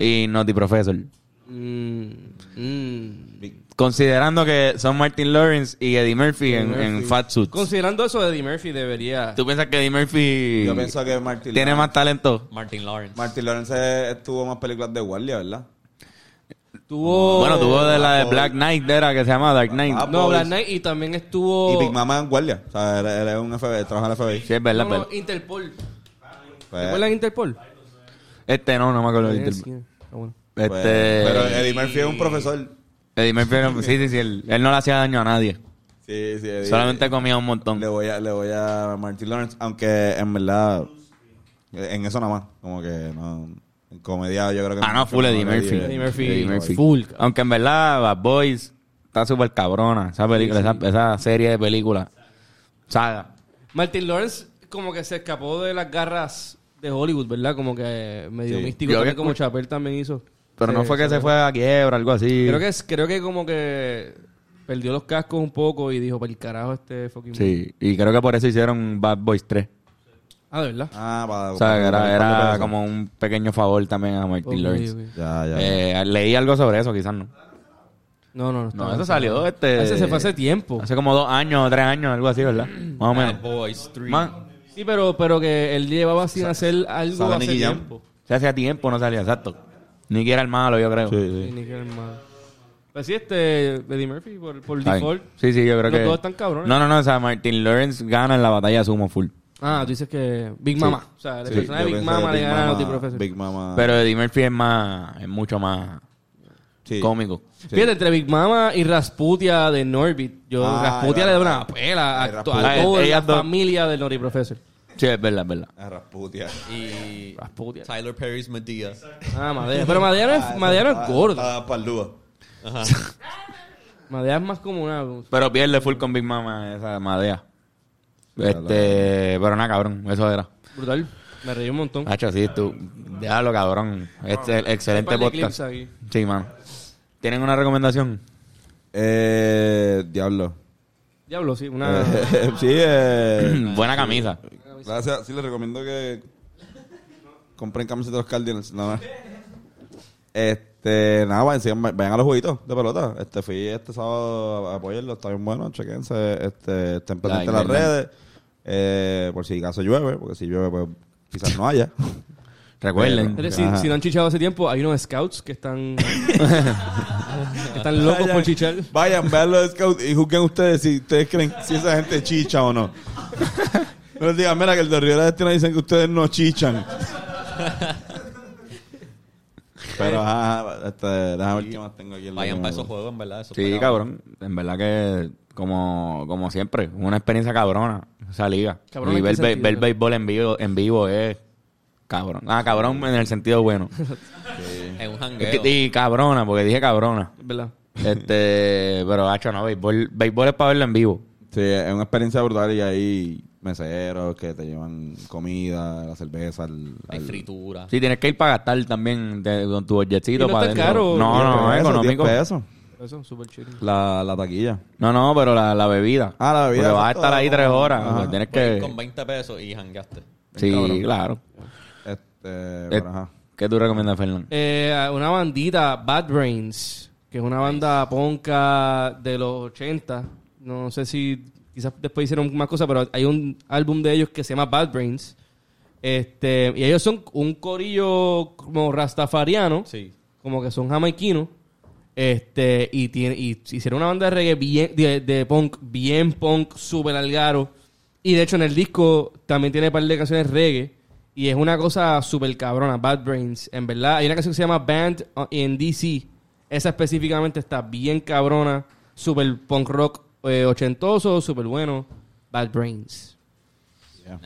S1: y Naughty Professor?
S3: Mm, mm.
S1: Considerando que son Martin Lawrence y Eddie Murphy en, en Fat Suits.
S3: Considerando eso de Eddie Murphy debería
S1: ¿Tú piensas que Eddie Murphy
S2: Yo pienso que Martin
S1: tiene más
S2: Lawrence-
S1: talento?
S4: Martin Lawrence.
S2: Martin Lawrence estuvo más películas de guardia, ¿verdad?
S3: tuvo
S1: Bueno, tuvo de la de
S2: Papo.
S1: Black Knight, era que se llama Dark Knight.
S2: Oh. Ah,
S3: no
S2: Boys.
S3: Black Knight y también estuvo
S2: Y Big Mama en guardia. O sea, él, él es un FBI, trabaja en la FBI.
S1: Oh. Sí, es
S3: no,
S1: verdad, es
S3: no,
S1: verdad. Eh,
S3: Interpol.
S2: Pues-
S3: ¿Te acuerdas de Interpol?
S1: Este no, no me acuerdo. del
S3: Sí,
S1: tipo.
S3: ah, bueno.
S1: Este,
S2: pues- Pero Eddie Murphy es un profesor.
S1: Eddie Murphy, era- sí, sí, sí. Él, él no le hacía daño a nadie.
S2: Sí, sí, Eddie.
S1: Solamente comía un
S2: Le
S1: montón.
S2: voy a, le voy a Martin Lawrence, aunque en verdad, en eso nada más, como que no, en comedia yo creo que...
S1: Ah, no, full Eddie Murphy.
S3: Eddie Murphy.
S1: Eddie Murphy.
S3: Full.
S1: Aunque en verdad, Bad Boys está súper cabrona. Esa, película, Esa, esa serie de películas. Saga.
S3: Martin Lawrence como que se escapó de las garras de Hollywood, ¿verdad? Como que medio
S2: Sí.
S3: místico
S1: Yo
S3: también,
S1: había
S3: como Chappelle también hizo.
S1: Pero no
S3: Sí,
S1: fue que
S3: sí.
S1: se fue a quiebra o algo así.
S3: Creo que es- creo que como que perdió los cascos un poco y dijo, "Para el carajo este fucking
S1: Sí, y creo que por eso hicieron Bad Boys 3.
S3: Ah, de verdad.
S2: Ah, para...
S1: O sea, que
S2: para-
S1: era,
S2: para-
S1: era
S2: para-
S1: como un pequeño favor también a Martin
S3: Ok,
S1: Lawrence.
S3: ok.
S2: Ya, ya.
S1: Eh, leí algo sobre eso, quizás no.
S3: No, no, no.
S1: No,
S3: estaba-
S1: eso salió este.
S3: Ah, ese se fue hace tiempo. Ah,
S1: Hace como dos años, tres años, algo así, ¿verdad? Más o menos.
S4: Bad Boys 3.
S1: Más.
S3: Sí, pero, pero que él llevaba sin hacer algo
S2: sale
S3: hace
S2: Nicky Jam.
S3: tiempo.
S1: Se hacía tiempo, no salía, exacto. Ni que era el malo, yo creo.
S2: Sí, sí.
S3: Y Nicki Minaj. Pues sí, este Eddie Murphy por, por
S1: Está bien.
S3: default.
S1: Sí, sí, yo creo
S3: No
S1: que.
S3: todos están cabrones.
S1: No, no, no. O sea, Martin Lawrence gana en la batalla de Sumo Full.
S3: Ah, tú dices que Big
S1: Sí.
S3: Mama. O sea, la
S2: Sí,
S3: persona de
S2: yo
S3: Big
S2: pensé
S3: Mama
S2: que
S3: le
S2: Big
S3: gana a
S2: Mama-
S3: Naughty Professor.
S2: Big Mama.
S1: Pero Eddie Murphy es más. Es mucho más
S2: sí.
S1: cómico.
S3: Fíjate, entre Big Mama y Rasputia de Norbit, yo
S2: Ah,
S3: Rasputia
S2: ahí va.
S3: le da una pela a,
S2: Ay,
S3: to-
S2: Rasputia.
S3: a toda
S1: Ay,
S3: la
S1: ellas dos.
S3: familia del Naughty Professor.
S1: Sí, es verdad, es verdad.
S2: Ah, Rasputia.
S4: Y
S3: Rasputia.
S4: Tyler Perry's Medea.
S3: Ah, Madea. Pero Madea no es, Madea no
S2: Ah,
S3: es gorda.
S2: Está paldúa.
S3: Madea es más como una...
S1: Pero pierde full con Big Mama esa madea. Este. Pero nada, cabrón. Eso era.
S3: Brutal. Me reí un montón.
S1: Hacho, sí, tú. Déjalo, cabrón. Este, excelente
S3: Hay par Ah, de clips
S1: podcast.
S3: ahí.
S1: Sí, mano. ¿Tienen una recomendación?
S2: Eh, diablo.
S3: Diablo, sí. Una...
S2: Eh, sí, eh,
S1: Buena camisa.
S2: gracias. Sí, les recomiendo que compren camisetas de los Cardinals. No, no. Este, nada, vayan, sigan- vayan a los jueguitos de pelota. Este, fui este sábado a apoyarlo, está bien bueno, chequense. Este, estén
S1: Like,
S2: pendientes en las
S1: like, like.
S2: redes. Eh, por si acaso llueve, porque si llueve, pues quizás no haya.
S1: Recuerden.
S3: Eres- Si,
S2: Ajá.
S3: si no han chichado hace tiempo, hay unos scouts que están... están locos por chichar.
S2: Vayan, vean los scouts y juzguen ustedes si ustedes creen si esa gente chicha o no. No les digan, mira que el de Rivera Destino dicen que ustedes no chichan. Pero ajá, este, déjame ver qué más tengo aquí. en la
S4: Vayan
S2: memoria.
S4: para esos juegos, en verdad. esos
S1: Sí,
S4: pelados.
S1: cabrón. En verdad que, como, como siempre, una experiencia cabrona esa liga.
S3: Cabrón,
S1: y
S3: ¿en
S1: ver,
S3: qué
S1: ver-
S3: sentido?
S1: ver béisbol en vivo, en vivo es cabrón. Ah, cabrón en el sentido bueno.
S4: Es un
S1: Es
S4: jangueo.
S1: que- y cabrona, porque dije cabrona.
S3: ¿Verdad?
S1: Este, pero hacho, no, béisbol, béisbol es para verlo en vivo.
S2: Sí, es una experiencia brutal y hay meseros que te llevan comida, la cerveza, el,
S4: Hay
S2: al-
S4: fritura.
S1: Sí, tienes que ir para gastar también de- con tu bolletito
S3: Y no
S1: para
S3: está
S1: adentro.
S3: caro.
S1: No,
S2: 10
S1: no, no, es
S2: pesos, 10
S1: económico.
S2: pesos.
S3: Eso, súper chido.
S2: La, la taquilla.
S1: No, no, pero la, la bebida.
S2: Ah, la bebida,
S1: Porque vas a
S2: exacto.
S1: estar ahí tres horas.
S2: Ajá.
S1: pues Tienes
S4: Puedes ir
S1: que...
S4: Con 20 pesos y jangueaste.
S1: Sí,
S2: cabrón.
S1: claro.
S2: Este,
S1: Eh,
S2: pero ajá.
S1: ¿Qué tú recomiendas, Fernando?
S3: Eh, una bandita, Bad Brains, que es una banda ponca de los 80. No sé si quizás después hicieron más cosas, pero hay un álbum de ellos que se llama Bad Brains. Este, y ellos son un corillo como rastafariano,
S4: Sí.
S3: como que son jamaiquinos. Este, y, tiene, y hicieron una banda de reggae bien, de, de punk, bien punk, súper algaro. Y de hecho en el disco también tiene un par de canciones reggae. Y es una cosa súper cabrona, Bad Brains. En verdad, hay una canción que se llama Band en DC. Esa específicamente está bien cabrona, súper punk rock eh, ochentoso, súper bueno. Bad Brains.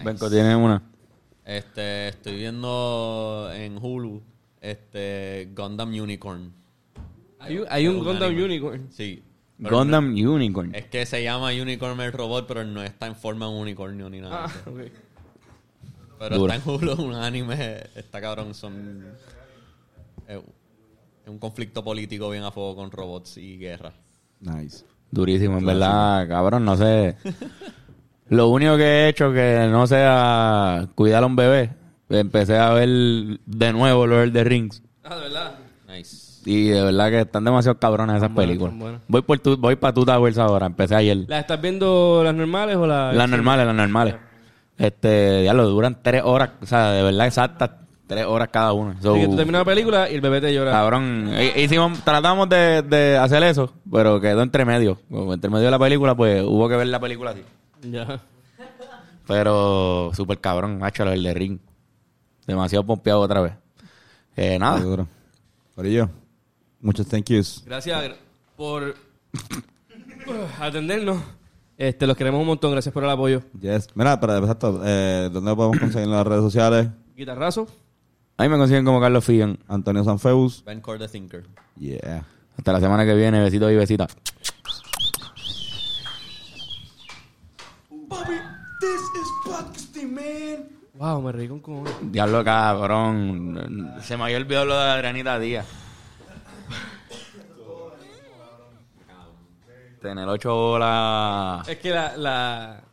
S1: Benco, tienes una.
S4: Este, estoy viendo en Hulu este Gundam Unicorn.
S3: Hay, un- hay un
S4: Un
S3: Gundam
S4: anime.
S3: Unicorn.
S4: Sí. Pero
S1: Gundam Unicorn.
S4: no- Eh. es que se llama Unicorn el robot, pero no está en forma de un unicornio ni nada.
S3: Ah, ok.
S4: Pero
S1: Duro.
S4: está en Hulu, un anime, está cabrón, son... Es un conflicto político bien a fuego con robots y guerra.
S2: Nice.
S1: Durísimo, en verdad, cabrón, no sé. Lo único que he hecho que no sea cuidar a un bebé, empecé a ver de nuevo Lord of the Rings.
S3: Ah, de verdad.
S4: Nice.
S1: Y de verdad que están demasiado cabronas esas
S3: buenas,
S1: películas.
S3: tan buenas.
S1: Voy por tu, voy para tu Towers ahora, empecé ayer.
S3: ¿Las estás viendo las normales o las...?
S1: Las normales, las normales. Este, ya lo duran tres horas, o sea, de verdad exactas, tres horas cada una. So,
S3: Así que tú terminas la película y el bebé te llora.
S1: Cabrón, hi- hicimos, tratamos de, de hacer eso, pero quedó entre medio. Como entre medio de la película, pues hubo que ver la película así.
S3: Ya.
S1: Pero súper cabrón, macho, el de Ring. Demasiado pompeado otra vez. Eh,
S2: Ah.
S1: nada.
S2: Duro. Corillo, muchos thank yous.
S3: Gracias gra- por atendernos. Este, los queremos un montón. Gracias por el apoyo.
S2: Yes. Mira, para empezar todo, eh, ¿dónde podemos conseguir en las redes sociales?
S3: Guitarrazo.
S1: Ahí me consiguen como Carlos Fillan.
S2: Antonio Sanfeus.
S4: Ben Core the Thinker.
S2: Yeah.
S1: Hasta la semana que viene, besitos y besitas.
S5: Bobby, this is podcasting, man.
S3: Wow, me reí con cojones.
S1: Diablo, cabrón. Se me había olvidado lo de Adrianita Díaz. Tener ocho bolas.
S3: Es que la, la,